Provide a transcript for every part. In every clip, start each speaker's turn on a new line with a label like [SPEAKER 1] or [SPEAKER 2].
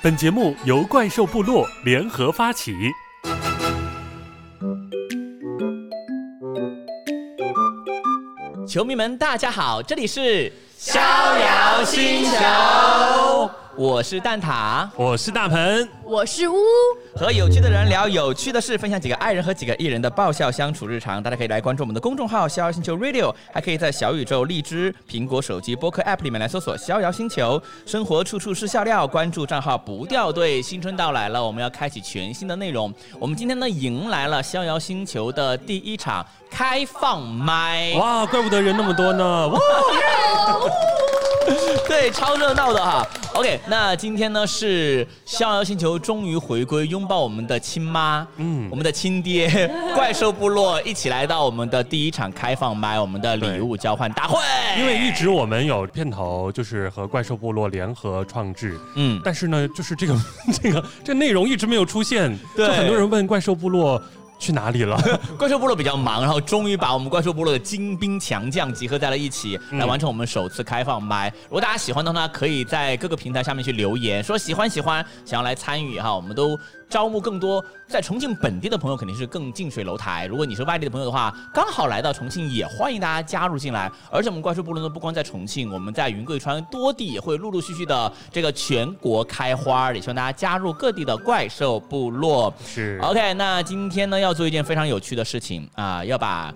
[SPEAKER 1] 本节目由怪兽部落联合发起。
[SPEAKER 2] 球迷们，大家好，这里是逍
[SPEAKER 3] 遥星球，
[SPEAKER 2] 我是蛋挞，
[SPEAKER 1] 我是大鹏，
[SPEAKER 3] 我是乌，
[SPEAKER 2] 和有趣的人聊有趣的事，分享几个爱人和几个艺人的爆笑相处日常。大家可以来关注我们的公众号“逍遥星球 Radio”，还可以在小宇宙、荔枝、苹果手机播客 App 里面来搜索“逍遥星球”，生活处处是笑料。关注账号不掉队，新春到来了，我们要开启全新的内容。我们今天呢，迎来了逍遥星球的第一场开放麦。
[SPEAKER 1] 哇，怪不得人那么多 呢！哇，
[SPEAKER 2] 对，超热闹的哈。OK，那今天呢是《逍遥星球》终于回归，拥抱我们的亲妈，嗯，我们的亲爹，怪兽部落一起来到我们的第一场开放麦，我们的礼物交换大会。
[SPEAKER 1] 因为一直我们有片头，就是和怪兽部落联合创制，
[SPEAKER 2] 嗯，
[SPEAKER 1] 但是呢，就是这个 这个这内容一直没有出现，
[SPEAKER 2] 对
[SPEAKER 1] 就很多人问怪兽部落去哪里了。
[SPEAKER 2] 怪兽部落比较忙，然后终于把我们怪兽部落的精兵强将集合在了一起，来完成我们首次开放麦。如果大家喜欢的话，可以在各个平台上面去留言，说喜欢喜欢，想要来参与哈，我们都招募更多在重庆本地的朋友，肯定是更近水楼台。如果你是外地的朋友的话，刚好来到重庆，也欢迎大家加入进来。而且我们怪兽部落呢，不光在重庆，我们在云贵川多地也会陆陆续续的这个全国开花，也希望大家加入各地的怪兽部落。
[SPEAKER 1] 是
[SPEAKER 2] OK，那今天呢要做一件非常有趣的事情啊、要把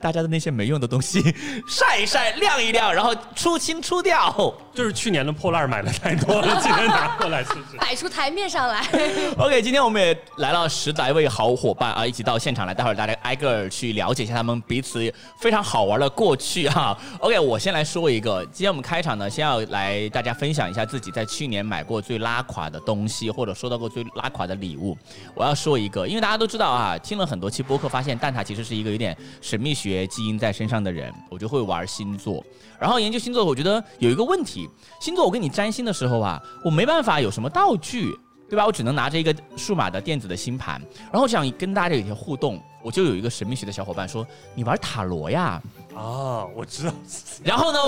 [SPEAKER 2] 大家的那些没用的东西晒一晒、晾一晾，然后出清出掉。
[SPEAKER 1] 就是去年的破烂买的太多了，今天拿过来试 试。
[SPEAKER 3] 摆出台面上来。
[SPEAKER 2] OK，今天我们也来了十来位好伙伴啊，一起到现场来，待会儿大家挨个儿去了解一下他们彼此非常好玩的过去哈、OK，我 先来说一个，今天我们开场呢，先要来大家分享一下自己在去年买过最拉垮的东西，或者收到过最拉垮的礼物。我要说一个，因为大家都知道啊，听了很多期播客，发现蛋挞其实是一个有点神秘学基因在身上的人，我就会玩星座，然后研究星座，我觉得有一个问题，星座我跟你占星的时候啊，我没办法有什么道具。对吧？我只能拿着一个数码的电子的星盘，然后想跟大家有一些互动，我就有一个神秘学的小伙伴说：“你玩塔罗呀？”
[SPEAKER 1] 啊，我知道，
[SPEAKER 2] 然后呢，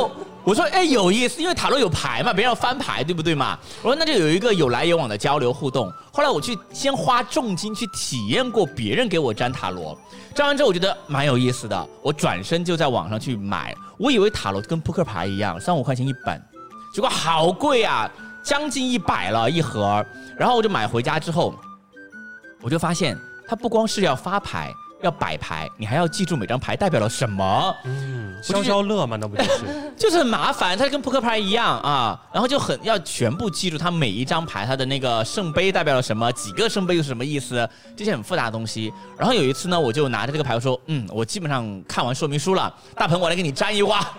[SPEAKER 2] 我说：“哎，有意思，因为塔罗有牌嘛，别人要翻牌，对不对嘛？”我说：“那就有一个有来有往的交流互动。”后来我去先花重金去体验过别人给我占塔罗，占完之后我觉得蛮有意思的，我转身就在网上去买。我以为塔罗跟扑克牌一样，三五块钱一本，结果好贵啊，将近一百了一盒。然后我就买回家之后，我就发现它不光是要发牌，要摆牌，你还要记住每张牌代表了什么。
[SPEAKER 1] 嗯，消消乐嘛，那不就是？
[SPEAKER 2] 就是很麻烦，它跟扑克牌一样啊，然后就很要全部记住它每一张牌它的那个圣杯代表了什么，几个圣杯又是什么意思，这些很复杂的东西。然后有一次呢，我就拿着这个牌我说，嗯，我基本上看完说明书了，大鹏我来给你粘一画，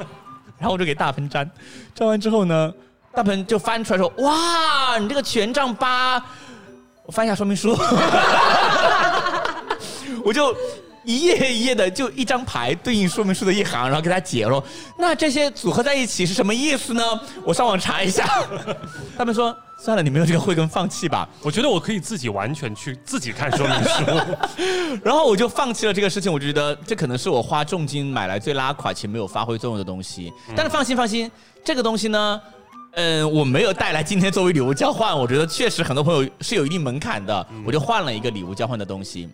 [SPEAKER 2] 然后我就给大鹏粘，粘完之后呢，大鹏就翻出来说，哇，你这个权杖八，我翻一下说明书。 我就一页一页的就一张牌对应说明书的一行，然后给他解说，那这些组合在一起是什么意思呢？我上网查一下， 他们说算了，你没有这个慧根，放弃吧。
[SPEAKER 1] 我觉得我可以自己完全去自己看说明书。
[SPEAKER 2] 然后我就放弃了这个事情，我就觉得这可能是我花重金买来最拉垮且没有发挥作用的东西。但是放心放心，这个东西呢，嗯，我没有带来今天作为礼物交换，我觉得确实很多朋友是有一定门槛的，
[SPEAKER 1] 嗯
[SPEAKER 2] 我就换了一个礼物交换的东西。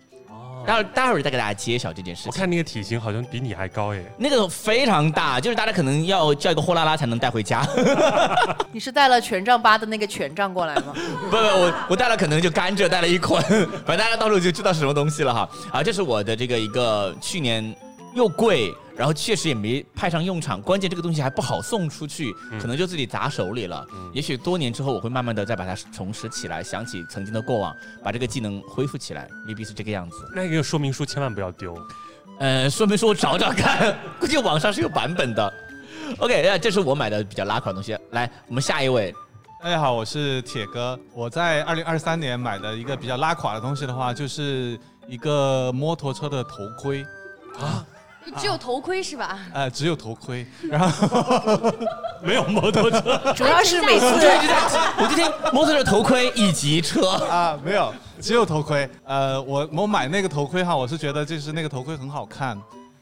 [SPEAKER 2] 待会儿待会儿再给大家揭晓这件事情
[SPEAKER 1] 哦我。看那个体型好像比你还高耶。
[SPEAKER 2] 那个非常大，就是大家可能要叫一个货拉拉才能带回家。不
[SPEAKER 3] 你是带了权杖八的那个权杖过来吗？
[SPEAKER 2] 不，我我带了可能就甘蔗，带了一捆， 反正大家到时候就知道是什么东西了哈。啊，这是我的这个一个去年又贵，然后确实也没派上用场，关键这个东西还不好送出去，
[SPEAKER 1] 嗯
[SPEAKER 2] 可能就自己砸手里了。也许多年之后我会慢慢的再把它重拾起来，想起曾经的过往，把这个技能恢复起来，未必是这个样子。
[SPEAKER 1] 那个说明书千万不要丢。
[SPEAKER 2] 呃，说明书我找找看，估计网上是有版本的。OK，那这是我买的比较拉垮的东西。来，我们下一位，
[SPEAKER 4] 大家好，我是铁哥。我在二零二三年买的一个比较拉垮的东西的话，就是一个摩托车的头盔，
[SPEAKER 3] 只有头盔是吧？
[SPEAKER 2] 哎
[SPEAKER 4] 呃，只有头盔。然后，
[SPEAKER 1] 没有摩托车，
[SPEAKER 3] 主要是每次
[SPEAKER 2] 我就听摩托车头盔以及车
[SPEAKER 4] 啊，没有，只有头盔。呃，我我买那个头盔哈，我是觉得就是那个头盔很好看，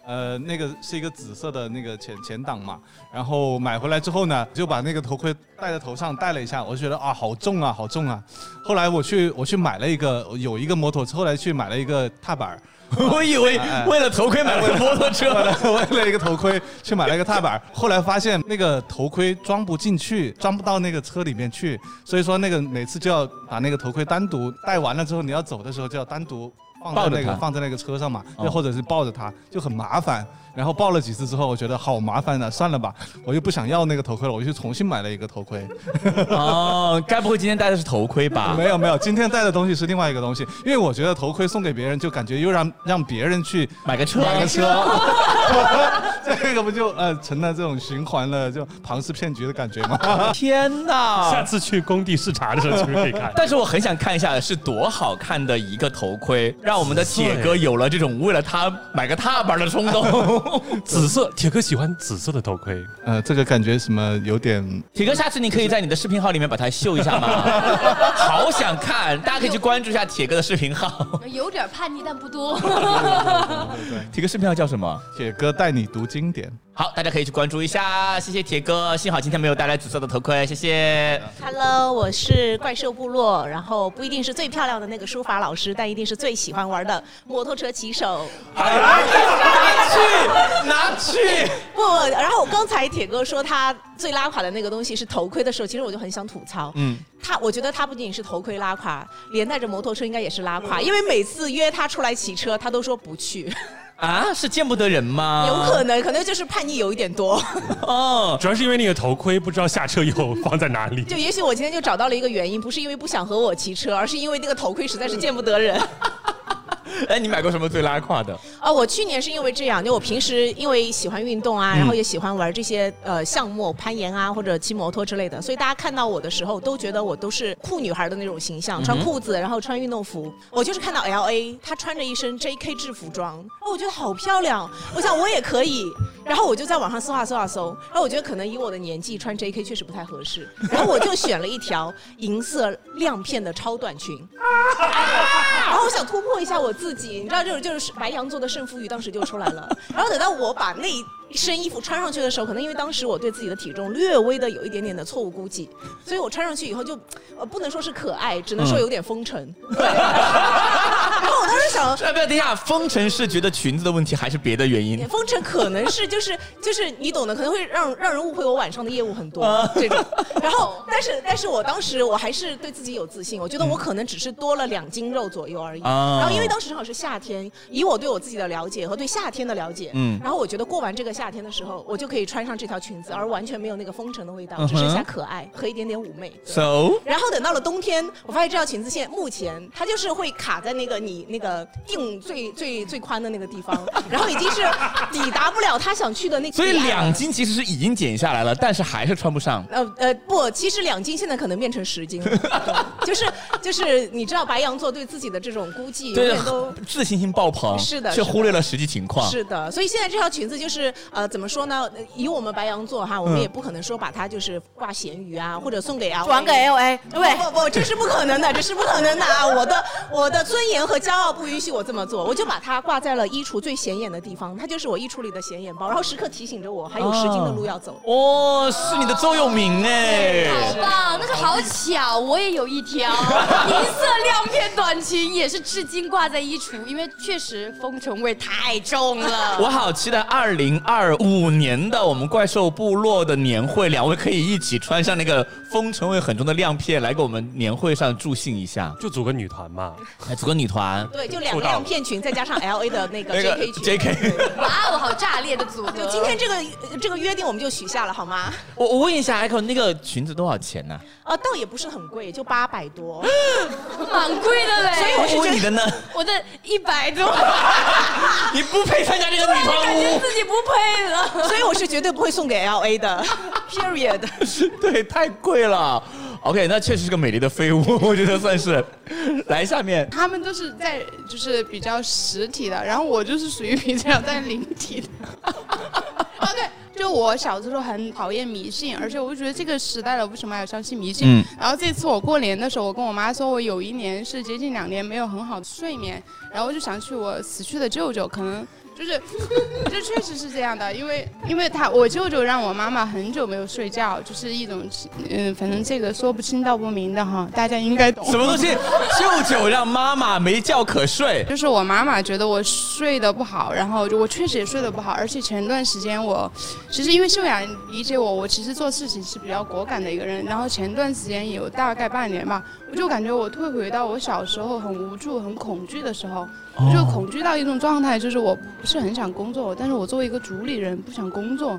[SPEAKER 5] 呃，那个是一个紫色的那个前前挡嘛，然后买回来之后呢，就把那个头盔戴在头上戴了一下，我就觉得啊，好重啊，好重啊。后来我去我去买了一个，有一个摩托车，后来去买了一个踏板儿，
[SPEAKER 1] 哦
[SPEAKER 2] 我 以
[SPEAKER 1] 哎
[SPEAKER 2] 为为了头盔买了个摩托
[SPEAKER 5] 为
[SPEAKER 2] 车，
[SPEAKER 5] 了哎 为了一个头盔去买了一个踏板儿，后来发现那个头盔装不进去，装不到那个车里面去，所以说那个每次就要把那个头盔单独戴完了之后，你要走的时候就要单独。放在
[SPEAKER 2] 抱着
[SPEAKER 5] 那个
[SPEAKER 2] 它
[SPEAKER 5] 放在那个车上嘛，
[SPEAKER 2] 哦
[SPEAKER 5] 又或者是抱着它就很麻烦。然后抱了几次之后，我觉得好麻烦啊，算了吧，我又不想要那个头盔了，我就重新买了一个头 盔。
[SPEAKER 2] 哦，该不会今天戴的是头盔吧？
[SPEAKER 5] 没有没有，今天戴的东西是另外一个东西，因为我觉得头盔送给别人，就感觉又让让别人去
[SPEAKER 2] 买个车，
[SPEAKER 5] 买个车， 这个不就呃成了这种循环了，就庞氏骗局的感觉吗？
[SPEAKER 2] 天
[SPEAKER 1] 下
[SPEAKER 2] 哪！
[SPEAKER 1] 次去工地视察的时候，是不是可以看？
[SPEAKER 2] 但是我很想看一下是多好看的一个头盔，让我们的铁哥有了这种为了他买个踏板的冲动。
[SPEAKER 1] 紫色，铁哥喜欢紫色的头盔。
[SPEAKER 5] 呃，这个感觉什么有点
[SPEAKER 2] 铁哥，下次你可以在你的视频号里面把它秀一 下吗？好想看，大家可以去关注一下铁哥的视频号。
[SPEAKER 6] 有点叛逆，但不多。
[SPEAKER 2] 铁哥视频号叫什么？
[SPEAKER 5] 铁哥带你读经典。
[SPEAKER 2] 好，大家可以去关注一下，谢谢铁哥，幸好今天没有带来紫色的头盔，谢谢。
[SPEAKER 7] Hello，我是怪兽部落，然后不一定是最漂亮的那个书法老师，但一定是最喜欢玩的摩托车骑手。
[SPEAKER 2] 拿去，
[SPEAKER 7] 不，然后刚才铁哥说他最拉垮的那个东西是头盔的时候，其实我就很想吐槽，嗯，他我觉得他不仅仅是头盔拉垮，连带着摩托车应该也是拉
[SPEAKER 2] 嗯
[SPEAKER 7] 垮，因为每次约他出来骑车，他都说不去，
[SPEAKER 2] 啊，是见不得人吗？
[SPEAKER 7] 有可能可能就是叛逆有一点多。
[SPEAKER 2] 哦，
[SPEAKER 1] 主要是因为那个头盔不知道下车以后放在哪 里。
[SPEAKER 7] 就也许我今天就找到了一个原因，不是因为不想和我骑车，而是因为那个头盔实在是见不得人。
[SPEAKER 2] 哎，你买过什么最拉胯的？
[SPEAKER 7] 啊，我去年是因为这样，就我平时因为喜欢运动啊，然后也喜欢玩这些呃项目，攀岩啊或者骑摩托之类的，所以大家看到我的时候都觉得我都是酷女孩的那种形象，穿裤子，然后穿运动服。我就是看到 L A 她穿着一身 J K 制服装，哦，我觉得好漂亮，我想我也可以。然后我就在网上搜啊搜啊搜，然后我觉得可能以我的年纪穿 J K 确实不太合适，然后我就选了一条银色亮片的超短裙， 然哦后我想突破一下我自己，你知道这种就是白羊座的胜负欲，当时就出来了。然后等到我把那一身衣服穿上去的时候，可能因为当时我对自己的体重略微的有一点点的错误估计，所以我穿上去以后就，呃，不能说是可爱，只能说有点风尘。 对。然后我当时想，
[SPEAKER 2] 哎，不要，等一下，风尘是觉得裙子的问题，还是别的原因？
[SPEAKER 7] 风尘可能是就是就是你懂的，可能会让让人误会我晚上的业务很多
[SPEAKER 2] 啊
[SPEAKER 7] 这种。然后，但是但是我当时我还是对自己有自信，我觉得我可能只是多了两斤肉左右而已。
[SPEAKER 2] 嗯啊
[SPEAKER 7] 然后因为当时正好是夏天，以我对我自己的了解和对夏天的了解，
[SPEAKER 2] 嗯
[SPEAKER 7] 然后我觉得过完这个夏天的时候，我就可以穿上这条裙子，而完全没有那个风尘的味道，
[SPEAKER 2] 嗯哼
[SPEAKER 7] 只剩下可爱和一点点妩媚。
[SPEAKER 2] So，
[SPEAKER 7] 然后等到了冬天，我发现这条裙子现目前它就是会卡在那个你那个腚最最最宽的那个地方，然后已经是抵达不了他想去的那个
[SPEAKER 2] 所
[SPEAKER 7] 地
[SPEAKER 2] 以
[SPEAKER 7] 方了。
[SPEAKER 2] 两斤其实是已经减下来了，但是还是穿不上。
[SPEAKER 7] 呃呃不，其实两斤现在可能变成十斤了，对就是就是你知道白羊座对自己的这种估计永
[SPEAKER 2] 对
[SPEAKER 7] 远都。，
[SPEAKER 2] 自信心爆棚，
[SPEAKER 7] 是的
[SPEAKER 2] 却
[SPEAKER 7] 是的
[SPEAKER 2] 忽略了实际情况。
[SPEAKER 7] 是的，所以现在这条裙子就是呃，怎么说呢？呃以我们白羊座哈，我们也
[SPEAKER 2] 嗯
[SPEAKER 7] 不可能说把它就是挂咸鱼啊，或者送给啊，
[SPEAKER 8] 转给 L A，对，
[SPEAKER 7] 不不不，这是不可能的，这是不可能的啊！我的我的尊严和骄傲不允许我这么做，我就把它挂在了衣橱最显眼的地方，它就是我衣橱里的显眼包，然后时刻提醒着我还有十斤的路要走。
[SPEAKER 2] 哦，是你的座右铭哎。
[SPEAKER 6] 好吧，那就好巧，我也有一条银色亮片短裙，也是至今挂在衣橱，因为确实风尘味太重了。
[SPEAKER 2] 我好期待二零二五年的我们怪兽部落的年会，两位可以一起穿上那个风尘味很重的亮片，来给我们年会上助兴一下，
[SPEAKER 1] 就组个女团嘛，
[SPEAKER 2] 来组个女团。
[SPEAKER 7] 对，就两
[SPEAKER 1] 做
[SPEAKER 7] 个
[SPEAKER 1] 到了
[SPEAKER 7] 亮片裙，再加上 L A 的那 个
[SPEAKER 2] 那个
[SPEAKER 7] J K 裙。
[SPEAKER 2] JK，
[SPEAKER 6] 哇哦，好炸裂的组合！
[SPEAKER 7] 就今天这个呃这个约定，我们就许下了，好吗？
[SPEAKER 2] 我我问一下 Echo，那个裙子多少钱呢、
[SPEAKER 7] 呃，倒也不是很贵，就八百多。
[SPEAKER 6] 蛮贵的嘞，
[SPEAKER 7] 所哦以我是
[SPEAKER 2] 我问
[SPEAKER 7] 觉
[SPEAKER 2] 哦你的
[SPEAKER 7] 得，
[SPEAKER 2] 呢？
[SPEAKER 6] 我的一百多，
[SPEAKER 2] 你不配参加这个女团
[SPEAKER 6] 感觉
[SPEAKER 2] 舞，
[SPEAKER 6] 自己不配了。
[SPEAKER 7] 所以我是绝对不会送给 L A 的，period。
[SPEAKER 2] 对，太贵了。OK，那确实是个美丽的废物，我觉得算是。 来，下面
[SPEAKER 9] 他们都是在就是比较实体的，然后我就是属于比较在灵 体的。啊，对，就我小的时候很讨厌迷信，而且我就觉得这个时代了，为什么还要相信迷信？
[SPEAKER 2] 嗯
[SPEAKER 9] 然后这次我过年的时候，我跟我妈说，我有 一年是接近两年没有很好的睡眠，然后我就想起我死去的舅舅，可能。就是这确实是这样的，因为因为他我舅舅让我妈妈很久没有睡觉，就是一种嗯，反正这个说不清道不明的哈，大家应该懂。
[SPEAKER 2] 什么东西？舅舅让妈妈没觉可睡。
[SPEAKER 9] 就是我妈妈觉得我睡得不好，然后就我确实也睡得不好，而且前段时间我其实因为秀雅理解我，我其实做事情是比较果敢的一个人，然后前段时间有大概半年吧，我就感觉我退回到我小时候很无助、很恐惧的时候，我就恐惧到一种状态，就是我不是很想工作，但是我作为一个主理人不想工作。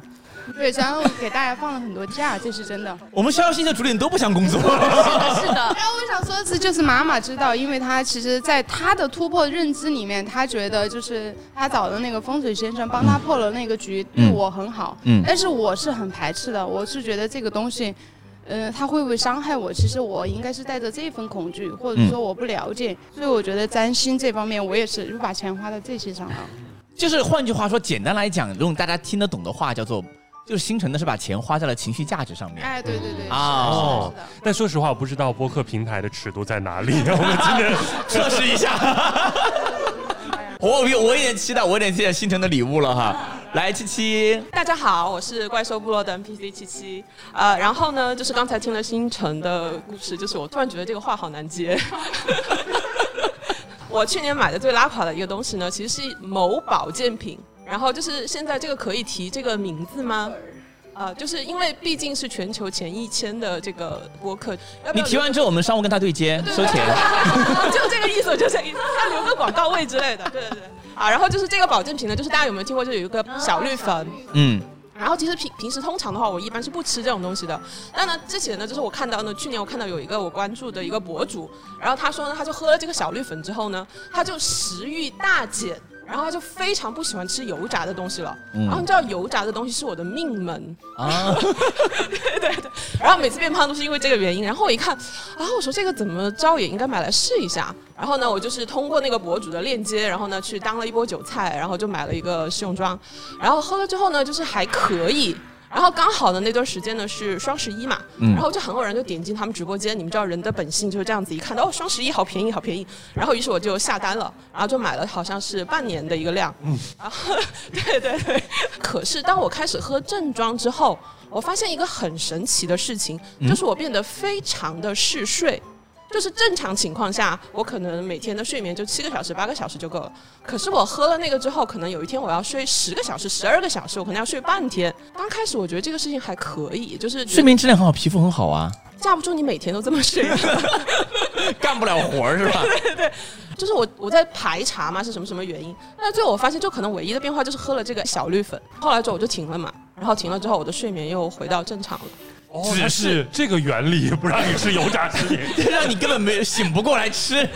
[SPEAKER 9] 对，然后给大家放了很多假，这是真的。
[SPEAKER 2] 我们逍遥星的主理人都不想工作。
[SPEAKER 10] 是的，
[SPEAKER 9] 然后我想说的是，就是妈妈知道，因为她其实，在她的突破认知里面，她觉得就是她找的那个风水先生帮她破了那个局，
[SPEAKER 2] 嗯
[SPEAKER 9] 对我很好。
[SPEAKER 2] 嗯
[SPEAKER 9] 但是我是很排斥的，我是觉得这个东西，呃，他会不会伤害我？其实我应该是带着这份恐惧，或
[SPEAKER 2] 嗯
[SPEAKER 9] 者说我不了解，所以我觉得占星这方面，我也是就把钱花在这些上了。
[SPEAKER 2] 就是换句话说，简单来讲，用大家听得懂的话叫做，就是星辰的是把钱花在了情绪价值上面。
[SPEAKER 9] 哎，对对对，
[SPEAKER 2] 哦
[SPEAKER 9] 是的，是的，是
[SPEAKER 1] 但说实话，我不知道播客平台的尺度在哪里。我们今 天
[SPEAKER 2] 测试一下。我有我有点期待，我有点期待星辰的礼物了哈。来，七七，
[SPEAKER 11] 大家好，我是怪兽部落的 NPC 七七。呃，然后呢，就是刚才听了星辰的故事，就是我突然觉得这个话好难接。 我去年买的最拉垮的一个东西呢，其实是某保健品。然后就是现在这个可以提这个名字吗？呃，就是因为毕竟是全球前一千的这个播客，要不
[SPEAKER 2] 你
[SPEAKER 11] 要
[SPEAKER 2] 提完之后，我们商务跟他对接收钱。
[SPEAKER 11] 就这个意思，就这个意思，要留个广告位之类的。对对对。啊，然后就是这个保健品呢，就是大家有没有听过，就有一个小绿粉，
[SPEAKER 2] 嗯，
[SPEAKER 11] 然后其实平平时通常的话，我一般是不吃这种东西的。但呢，之前呢，就是我看到呢，去年我看到有一个我关注的一个博主，然后他说呢，他就喝了这个小绿粉之后呢，他就食欲大减，然后他就非常不喜欢吃油炸的东西了。
[SPEAKER 2] 嗯
[SPEAKER 11] 然后你知道油炸的东西是我的命门，
[SPEAKER 2] 啊，
[SPEAKER 11] 然后每次变胖都是因为这个原因。然后我一看，啊，我说这个怎么着也应该买来试一下。然后呢，我就是通过那个博主的链接，然后呢去当了一波韭菜，然后就买了一个试用装，然后喝了之后呢，就是还可以。然后刚好呢，那段时间呢是双十一嘛，
[SPEAKER 2] 嗯
[SPEAKER 11] 然后就很偶然就点进他们直播间，你们知道人的本性就是这样子，一看到哦双十一好便宜，好便宜，然后于是我就下单了，然后就买了好像是半年的一个量，然后对对对，可是当我开始喝正装之后，我发现一个很神奇的事情，就是我变得非常的嗜睡。就是正常情况下，我可能每天的睡眠就七个小时、八个小时就够了。可是我喝了那个之后，可能有一天我要睡十个小时、十二个小时，我可能要睡半天。刚开始我觉得这个事情还可以，就是
[SPEAKER 2] 睡眠质量很好，皮肤很好啊，
[SPEAKER 11] 架不住你每天都这么睡。
[SPEAKER 2] 干不了活儿是吧？
[SPEAKER 11] 就是我我在排查嘛，是什么什么原因？但最后我发现，就可能唯一的变化就是喝了这个小绿粉，后来之后我就停了嘛，然后停了之后，我的睡眠又回到正常了。
[SPEAKER 2] 哦
[SPEAKER 1] 只是 这个原理不让你吃油炸食品。
[SPEAKER 2] 让你根本没醒不过来吃。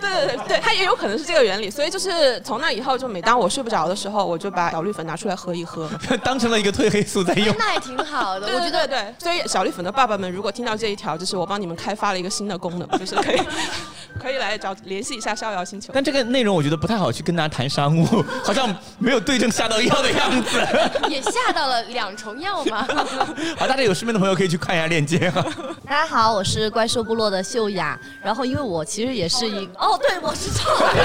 [SPEAKER 11] 对对对对，它也有可能是这个原理，所以就是从那以后，就每当我睡不着的时候，我就把小绿粉拿出来喝一 喝。
[SPEAKER 2] 当成了一个褪黑素在用。
[SPEAKER 10] 那也挺好的，我 觉
[SPEAKER 11] 对
[SPEAKER 10] 得。
[SPEAKER 11] 对，所以小绿粉的爸爸们，如果听到这一条，就是我帮你们开发了一个新的功 能，就是可以 可以来找联系一下逍遥星 球。
[SPEAKER 2] 但这个内容我觉得不太好去跟大家谈商务， 好像没有对症下到药的样 子。
[SPEAKER 10] 也吓到了两重药嘛。
[SPEAKER 2] 好，大家有身边的朋友可以去看一下链接 啊。
[SPEAKER 12] 大家好，我是怪兽部落的秀雅。然后，因为我其实也是一哦，对， 我 是超人。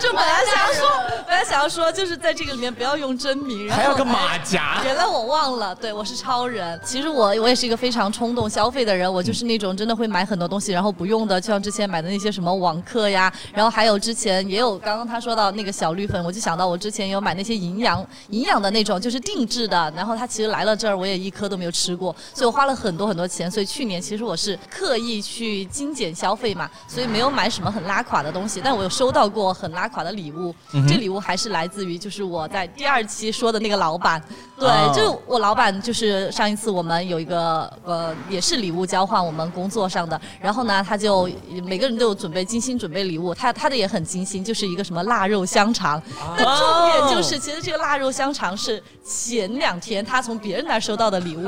[SPEAKER 12] 就本来想要说，本来想要说，就是在这个里面不要用真名，然后
[SPEAKER 2] 还要个马甲，
[SPEAKER 12] 原来我忘了，对我是超人。其实我我也是一个非常冲动消费的人，我就是那种真的会买很多东西，然后不用的，就像之前买的那些什么网课呀，然后还有之前也有刚刚他说到那个小绿粉，我就想到我之前有买那些营养营养的那种，就是定制的，然后它其实来了这儿我也一颗都没有吃过，所以我花了很多很多钱，所以去年其实我是刻意去精简消费嘛，所以没有买什么很拉垮的东西，但我有收到过很拉垮的礼物，这礼物还是来自于就是我在第二期说的那个老板，对，
[SPEAKER 2] 哦
[SPEAKER 12] 就我老板就是上一次我们有一个呃也是礼物交换，我们工作上的，然后呢他就每个人都有准备精心准备礼物，他他的也很精心，就是一个什么腊肉香肠，但重点就是其实这个腊肉香肠是前两天他从别人那儿收到的礼物，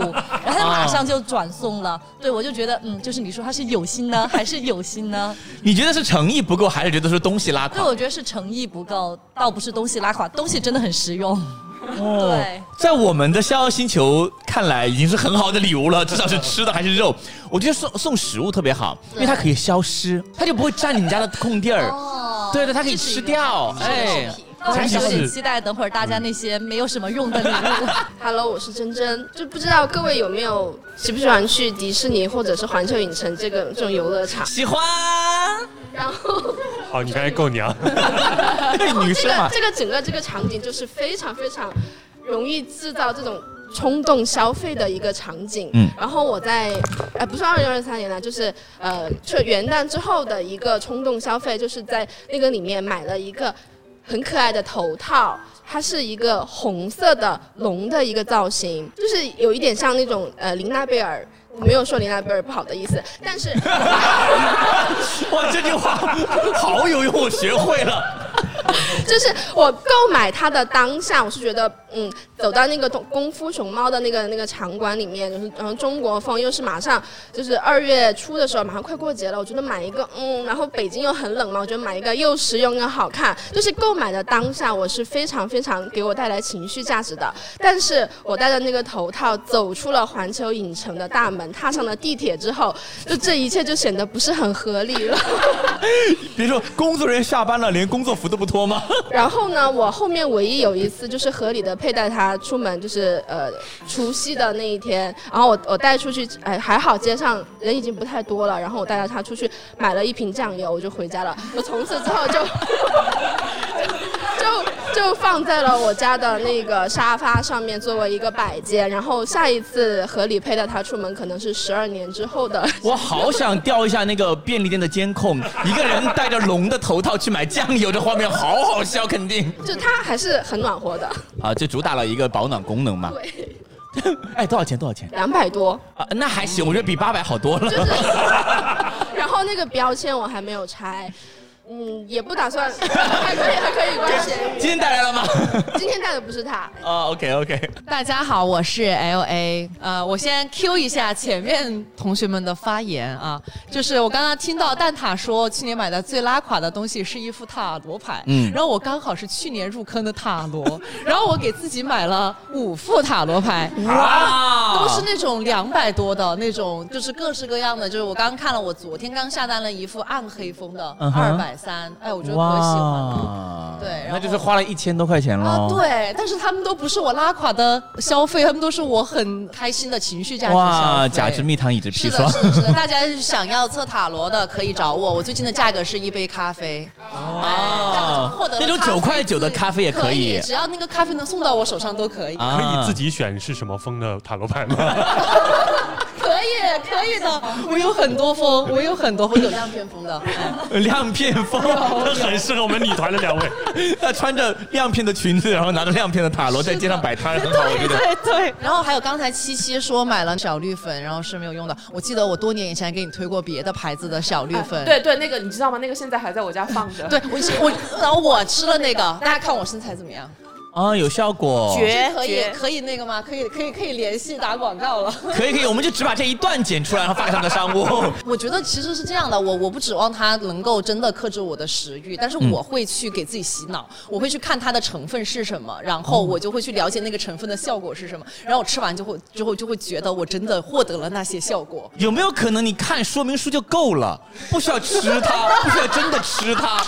[SPEAKER 12] 然后他马上就转送了，对我就觉得嗯，就是你说他是有心呢还是有心呢？
[SPEAKER 2] 你觉得是诚意不够，还是觉得是东西拉
[SPEAKER 12] 对，
[SPEAKER 2] 垮？
[SPEAKER 12] 我觉得是诚意不够，倒不是东西拉垮，东西真的很实用，
[SPEAKER 2] 哦
[SPEAKER 12] 对。
[SPEAKER 2] 在我们的逍遥星球看来，已经是很好的礼物了，至少是吃的还是肉。我觉得送送食物特别好，因为它可以消失，它就不会占你们家的空地儿。
[SPEAKER 12] 哦
[SPEAKER 2] 对对，它可以吃掉，哎，
[SPEAKER 12] 那我还
[SPEAKER 1] 前
[SPEAKER 12] 是
[SPEAKER 1] 提
[SPEAKER 12] 有点
[SPEAKER 1] 是
[SPEAKER 12] 期待等会儿大家那些没有什么 用的礼物。
[SPEAKER 13] Hello，我是珍珍，就不知道各位有没有喜不喜欢去迪士尼或者是环球影城这个这种游乐场？
[SPEAKER 2] 喜欢。
[SPEAKER 13] 然后
[SPEAKER 1] 好，你刚才够 娘，
[SPEAKER 13] 然 后
[SPEAKER 2] 女
[SPEAKER 13] 这
[SPEAKER 2] 生嘛
[SPEAKER 13] 个这个整个这个场景就是非常非常容易制造这种冲动消费的一个场景。
[SPEAKER 2] 嗯
[SPEAKER 13] 然后我在呃不是二零二三年啦，就是呃就元旦之后的一个冲动消费，就是在那个里面买了一个很可爱的头套。它是一个红色的龙的一个造型，就是有一点像那种呃琳娜贝尔，我没有说琳娜贝尔不好的意思，但是
[SPEAKER 2] 哇，这句话好有用，我学会了。
[SPEAKER 13] 就是我购买它的当下，我是觉得，嗯，走到那个功功夫熊猫的那个那个场馆里面，就是然后中国风，又是马上就是二月初的时候，马上快过节了，我觉得买一个，嗯，然后北京又很冷嘛，我觉得买一个又实用又好看，就是购买的当下，我是非常非常给我带来情绪价值的。但是我戴着那个头套走出了环球影城的大门，踏上了地铁之后，就这一切就显得不是很合理了。
[SPEAKER 2] 别说工作人员下班了，连工作服都不脱吗？
[SPEAKER 13] 然后呢，我后面唯一有一次就是合理的佩戴它出门，就是呃除夕的那一天，然后我我带出去，哎还好街上人已经不太多了，然后我带着它出去买了一瓶酱油，我就回家了。我从此之后就就就放在了我家的那个沙发上面作为一个摆件，然后下一次合理佩戴它出门可能是十二年之后的
[SPEAKER 2] 我好想调一下那个便利店的监 控，一个人戴着龙的头套去买酱油的画面，好好笑，肯定。
[SPEAKER 13] 就它还是很暖和的，
[SPEAKER 2] 啊，就主打了一个保暖功能嘛。
[SPEAKER 13] 对，
[SPEAKER 2] 哎，多少钱？多少钱？
[SPEAKER 13] 两百多。
[SPEAKER 2] 啊，那还行，我觉得比八百好多了。
[SPEAKER 13] 就是，然后那个标签我还没有拆，嗯，也不打算，还可以还可以关闲鱼。
[SPEAKER 2] 今天带来了吗？
[SPEAKER 13] 今天带的不是它，
[SPEAKER 2] 啊，OK OK，
[SPEAKER 8] 大家好，我是 L A。呃，我先 Q 一下前面同学们的发言啊，就是我刚刚听到蛋挞说去年买的最拉垮的东西是一副塔罗牌，
[SPEAKER 2] 嗯
[SPEAKER 8] 然后我刚好是去年入坑的塔罗， 然后我给自己买了五副塔罗牌，
[SPEAKER 2] 啊
[SPEAKER 8] 都是那种两百多的那种，就是各式各样的。就是我刚看了，我昨天刚下单了一副暗黑风的
[SPEAKER 2] 嗯
[SPEAKER 8] 二
[SPEAKER 2] 哼
[SPEAKER 8] 百三，哎，我觉得可喜欢了。对然后
[SPEAKER 2] 那就是花了一千多块钱了。
[SPEAKER 8] 啊，对，但是他们都不是我拉垮的消费，他们都是我很开心的情绪价值消费。
[SPEAKER 2] 哇，甲之蜜糖，乙之砒
[SPEAKER 8] 是
[SPEAKER 2] 霜
[SPEAKER 8] 的，。 是的，是的。大家想要测塔罗的可以找我，我最近的价格是一杯咖啡。
[SPEAKER 2] 哦
[SPEAKER 8] 获得了
[SPEAKER 2] 那种
[SPEAKER 8] 咖啡
[SPEAKER 2] 九块九的咖啡也
[SPEAKER 8] 可
[SPEAKER 2] 可以
[SPEAKER 8] 只要那个咖啡能送到我手上都可以。
[SPEAKER 2] 啊
[SPEAKER 1] 可以自己选是什么风的塔罗牌吗？
[SPEAKER 8] 可以，可以的。我有很多封，我有很多封有亮片 封的。
[SPEAKER 2] 亮片风，
[SPEAKER 1] 很适合我们女团的两位。
[SPEAKER 2] 他穿着亮片的裙子，然后拿着亮片的塔罗在街上摆摊，很好，我觉得。
[SPEAKER 8] 对对，然后还有刚才七七说买了小绿粉，然后是没有用的。我记得我多年以前给你推过别的牌子的小绿粉，
[SPEAKER 11] 啊对对，那个你知道吗？那个现在还在我家放着。
[SPEAKER 8] 对，我吃我，然后我吃了那个，大家看我身材怎么样？
[SPEAKER 2] 啊，有效果，
[SPEAKER 8] 这可以可以那个吗？可以可以可以联系打广告了。
[SPEAKER 2] 可以可以，我们就只把这一段剪出来，然后发给他们的商务。
[SPEAKER 8] 我觉得其实是这样的，我我不指望它能够真的克制我的食欲，但是
[SPEAKER 2] 嗯
[SPEAKER 8] 我会去给自己洗脑，我会去看它的成分是什么，然
[SPEAKER 2] 哦
[SPEAKER 8] 后我就会去了解那个成分的效果是什么，然后我吃完就会之后就会觉得我真的获得了那些效果。
[SPEAKER 2] 有没有可能你看说明书就够了，不需要吃它， 不需要真的吃它，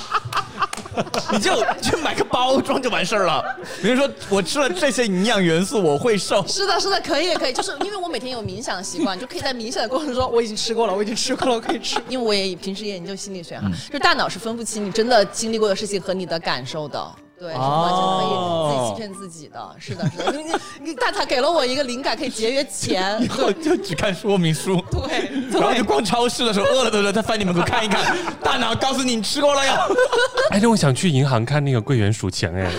[SPEAKER 2] 你就就买个包装就完事儿了。比如说我吃了这些营养元素，我会瘦。
[SPEAKER 8] 是的，是的，可以，可以，就是因为我每天有冥想习惯，就可以在冥想的过程中说我已经吃过了，我已经吃过了，我可以吃。 因为我也平时也研究心理
[SPEAKER 2] 嗯
[SPEAKER 8] 学哈，就是大脑是分不清你真的经历过的事情和你的感受的。对，
[SPEAKER 2] 哦
[SPEAKER 8] 是完全可以自己欺骗自己的。是的，是的，你你你，蛋挞给了我一个灵感，可以节约 钱。
[SPEAKER 2] 以后就只看说明书，
[SPEAKER 8] 对，
[SPEAKER 2] 然后就逛超市的时候饿了的时候再翻你门口看一 看，大脑告诉你你吃过了哟。
[SPEAKER 1] 哎，那我想去银行看那个柜员数钱 哎，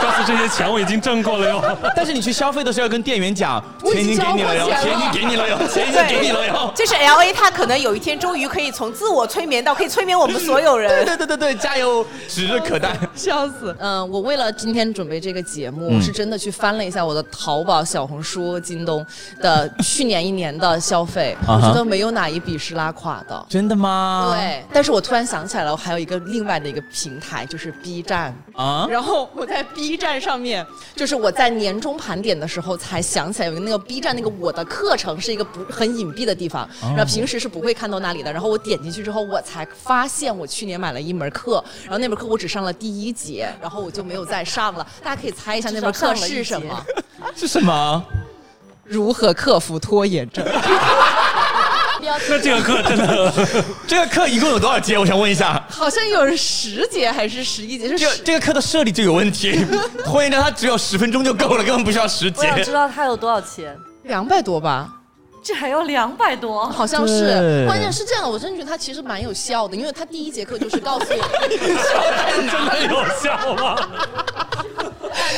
[SPEAKER 1] 告诉这些钱我已经挣过了哟。
[SPEAKER 2] 但是你去消费的时候要跟店员讲，
[SPEAKER 8] 我
[SPEAKER 2] 钱已
[SPEAKER 8] 已
[SPEAKER 2] 经
[SPEAKER 8] 经
[SPEAKER 2] 给你了哟，
[SPEAKER 8] 交过钱
[SPEAKER 2] 钱
[SPEAKER 8] 了
[SPEAKER 2] 已经给你了哟，钱已经给你了哟。
[SPEAKER 14] 就是 L A，他可能有一天终于可以从自我催眠到可以催眠我们所有
[SPEAKER 2] 对
[SPEAKER 14] 人。
[SPEAKER 2] 对对对对，加油，指日可待。
[SPEAKER 8] 笑死！嗯，我为了今天准备这个节目，
[SPEAKER 2] 嗯
[SPEAKER 8] 我是真的去翻了一下我的淘宝、小红书、京东的去年一年的消费，
[SPEAKER 2] 啊
[SPEAKER 8] 我
[SPEAKER 2] 哈
[SPEAKER 8] 觉得没有哪一笔是拉垮的。
[SPEAKER 2] 真的吗？
[SPEAKER 8] 对，但是我突然想起来了，我还有一个另外的一个平台，就是 B 站。
[SPEAKER 2] 啊，
[SPEAKER 8] 然后我在 B 站站上面，就是我在年终盘点的时候才想起来有那个 B 站那个我的课程是一个不很隐蔽的地方，
[SPEAKER 6] 哦
[SPEAKER 8] 然后平时是不会看到那里的。然后我点进去之后，我才发现我去年买了一门课，然后那门课我只上了第一节，然后我就没有再上了。大家可以猜一下那门 课是什么？
[SPEAKER 2] 是什么？
[SPEAKER 8] 如何克服拖延症？
[SPEAKER 1] 那这个课真的，
[SPEAKER 2] 这个课一共有多少节？我想问一下。
[SPEAKER 8] 好像有十节还是十一 节，就是
[SPEAKER 2] 这个这个课的设立就有问 题，拖延症它只有十分钟就够了，根本不需要十
[SPEAKER 12] 我
[SPEAKER 2] 节。
[SPEAKER 12] 想知道它有多少钱，
[SPEAKER 8] 两百多吧。
[SPEAKER 12] 这还要两百多，
[SPEAKER 8] 好像
[SPEAKER 2] 对
[SPEAKER 8] 是，关键是这样的，我真的觉得他其实蛮有效的，因为他第一节课就是告诉 你，
[SPEAKER 1] 真的有效吗？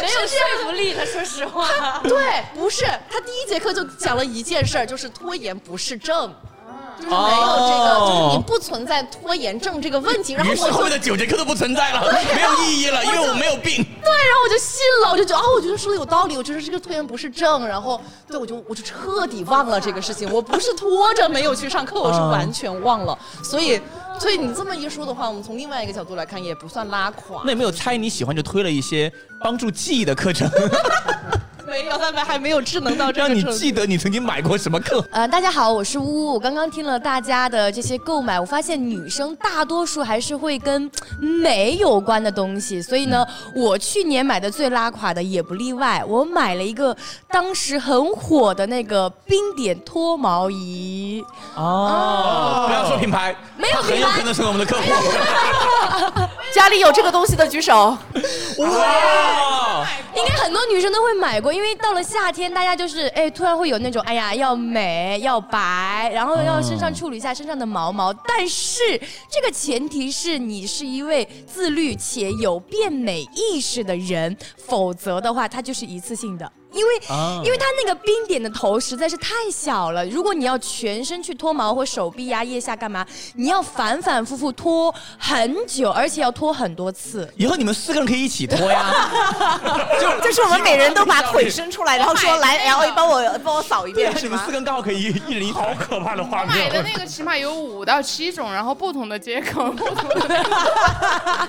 [SPEAKER 10] 没有说服力的，说实话。
[SPEAKER 8] 对，不是他第一节课就讲了一件事儿，就是拖延不是症。就是没有这个，
[SPEAKER 2] 哦
[SPEAKER 8] 就是你不存在拖延症这个问题。然后
[SPEAKER 2] 于
[SPEAKER 8] 我
[SPEAKER 2] 是
[SPEAKER 8] 就
[SPEAKER 2] 后面的九节课都不存在了
[SPEAKER 8] 对
[SPEAKER 2] 没有意义了因为
[SPEAKER 8] 就
[SPEAKER 2] 我没有病
[SPEAKER 8] 对，然后我就信了，我就觉得哦，我觉得说的有道理，我觉得这个拖延不是症。然后对我就我就彻底忘了这个事情，我不是拖着没有去上课，我是
[SPEAKER 2] 嗯
[SPEAKER 8] 完全忘了。所以，所以你这么一说的话，我们从另外一个角度来看，也不算拉垮。
[SPEAKER 2] 那有没有猜你喜欢就推了一些帮助记忆的 课程，
[SPEAKER 8] 没有，他们还没有智能到这个
[SPEAKER 2] 让你
[SPEAKER 8] 程度
[SPEAKER 2] 记得你曾经买过什么课？
[SPEAKER 6] 呃，大家好，我是呜呜。我刚刚听了大家的这些购买，我发现女生大多数还是会跟美有关的东西，所以呢，
[SPEAKER 3] 嗯
[SPEAKER 6] 我去年买的最拉垮的也不例外。我买了一个当时很火的那个冰点脱毛仪，
[SPEAKER 2] 哦，不要说品牌，
[SPEAKER 6] 没有
[SPEAKER 2] 它很有
[SPEAKER 6] 品牌
[SPEAKER 2] 可能成为我们的客户。
[SPEAKER 3] 家里有这个东西的举 手。
[SPEAKER 2] 哇！
[SPEAKER 6] 应该很多女生都会买过，因为到了夏天，大家就是哎，突然会有那种哎呀要美要白，然后要身上处理一下身上的毛毛。但是这个前提是你是一位自律且有变美意识的人，否则的话，它就是一次性的。因为，
[SPEAKER 15] 啊
[SPEAKER 6] 因为它那个冰点的头实在是太小了，如果你要全身去脱毛或手臂呀、腋下干嘛，你要反反复复脱很久，而且要脱很多次。
[SPEAKER 2] 以后你们四个人可以一起啊 拖呀。
[SPEAKER 6] 就
[SPEAKER 14] 就是我们每人都把腿伸出来，然后说来，L A 帮我帮我扫一遍，是
[SPEAKER 2] 你们
[SPEAKER 14] 吗
[SPEAKER 2] 四？个人刚好可以一一人一好
[SPEAKER 1] 可怕的画
[SPEAKER 9] 买的那个起码有五到七种，然后不同的接口，不同的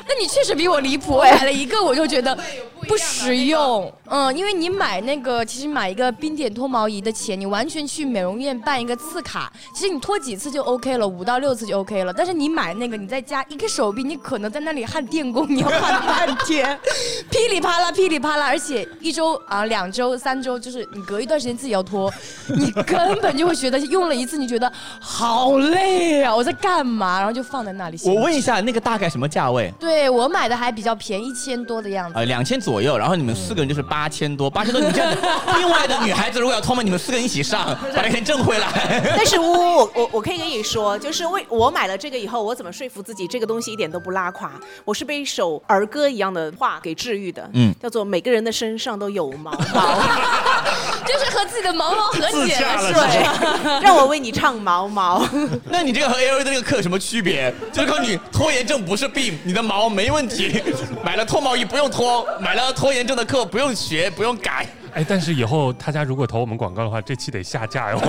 [SPEAKER 6] 那你确实比我离谱，我哎买了
[SPEAKER 9] 哎
[SPEAKER 6] 一个我就觉得不实用。嗯，因为你买那个，其实买一个冰点脱毛仪的钱，你完全去美容院办一个次卡，其实你脱几次就 OK 了，五到六次就 OK 了。但是你买那个，你在家一个手臂，你可能在那里焊电工，你要焊半天，噼里啪啦噼里啪啦，而且一周啊、两周、三周，就是你隔一段时间自己要脱，你根本就会觉得用了一次，你觉得好累啊，我在干嘛？然后就放在那里。
[SPEAKER 2] 我问一下，那个大概什么价位？
[SPEAKER 6] 对我买的还比较便宜，一千多的样子。
[SPEAKER 2] 呃，两千左右，然后你们四个人就是八千多，八千多，你这样，另外的女孩子如果要脱毛，你们四个人一起上，把那钱挣回 来。
[SPEAKER 14] 但是呜呜，我我我可以跟你说，就是为我买了这个以后，我怎么说服自己这个东西一点都不拉垮？我是被一首儿歌一样的话给治愈的，
[SPEAKER 2] 嗯
[SPEAKER 14] 叫做《每个人的身上都有毛毛》，
[SPEAKER 6] 就是和自己的毛毛 和解了，是吧？
[SPEAKER 14] 对，让我为你唱毛毛。
[SPEAKER 2] 那你这个和 L A E 的那个课有什么区别？就是告诉你，拖延症不是病，你的毛没问题，买了脱毛仪不用脱，买了拖延症的课不用学，不用改。
[SPEAKER 1] 哎，但是以后他家如果投我们广告的话，这期得下架 哟。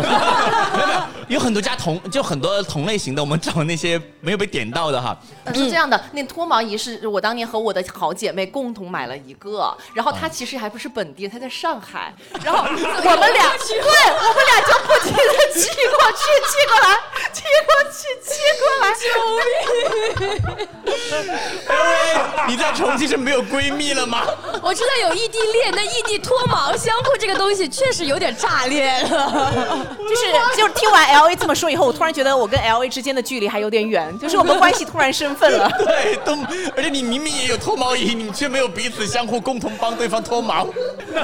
[SPEAKER 2] 有很多家同就很多同类型的，我们找那些没有被点到的哈。
[SPEAKER 8] 呃
[SPEAKER 2] 嗯
[SPEAKER 8] 是这样的，那脱毛仪是我当年和我的好姐妹共同买了一个，然后她其实还不是本地人，她在上海，然后我们俩，对我们俩就不停的寄过去，寄过来，寄过去，寄过来，救命！
[SPEAKER 2] E，你在重庆是没有闺蜜了吗？
[SPEAKER 6] 我知道有异地恋，但异地脱毛相互这个东西确实有点炸裂 了。
[SPEAKER 14] 就是就是听
[SPEAKER 3] 哎
[SPEAKER 14] 完 L A 这么说以后，我突然觉得我跟 L A 之间的距离还有点远， 就是我们关系突然生分了。
[SPEAKER 2] 对，都，而且你明明也有脱毛仪，你却没有彼此相互共同帮对方脱毛，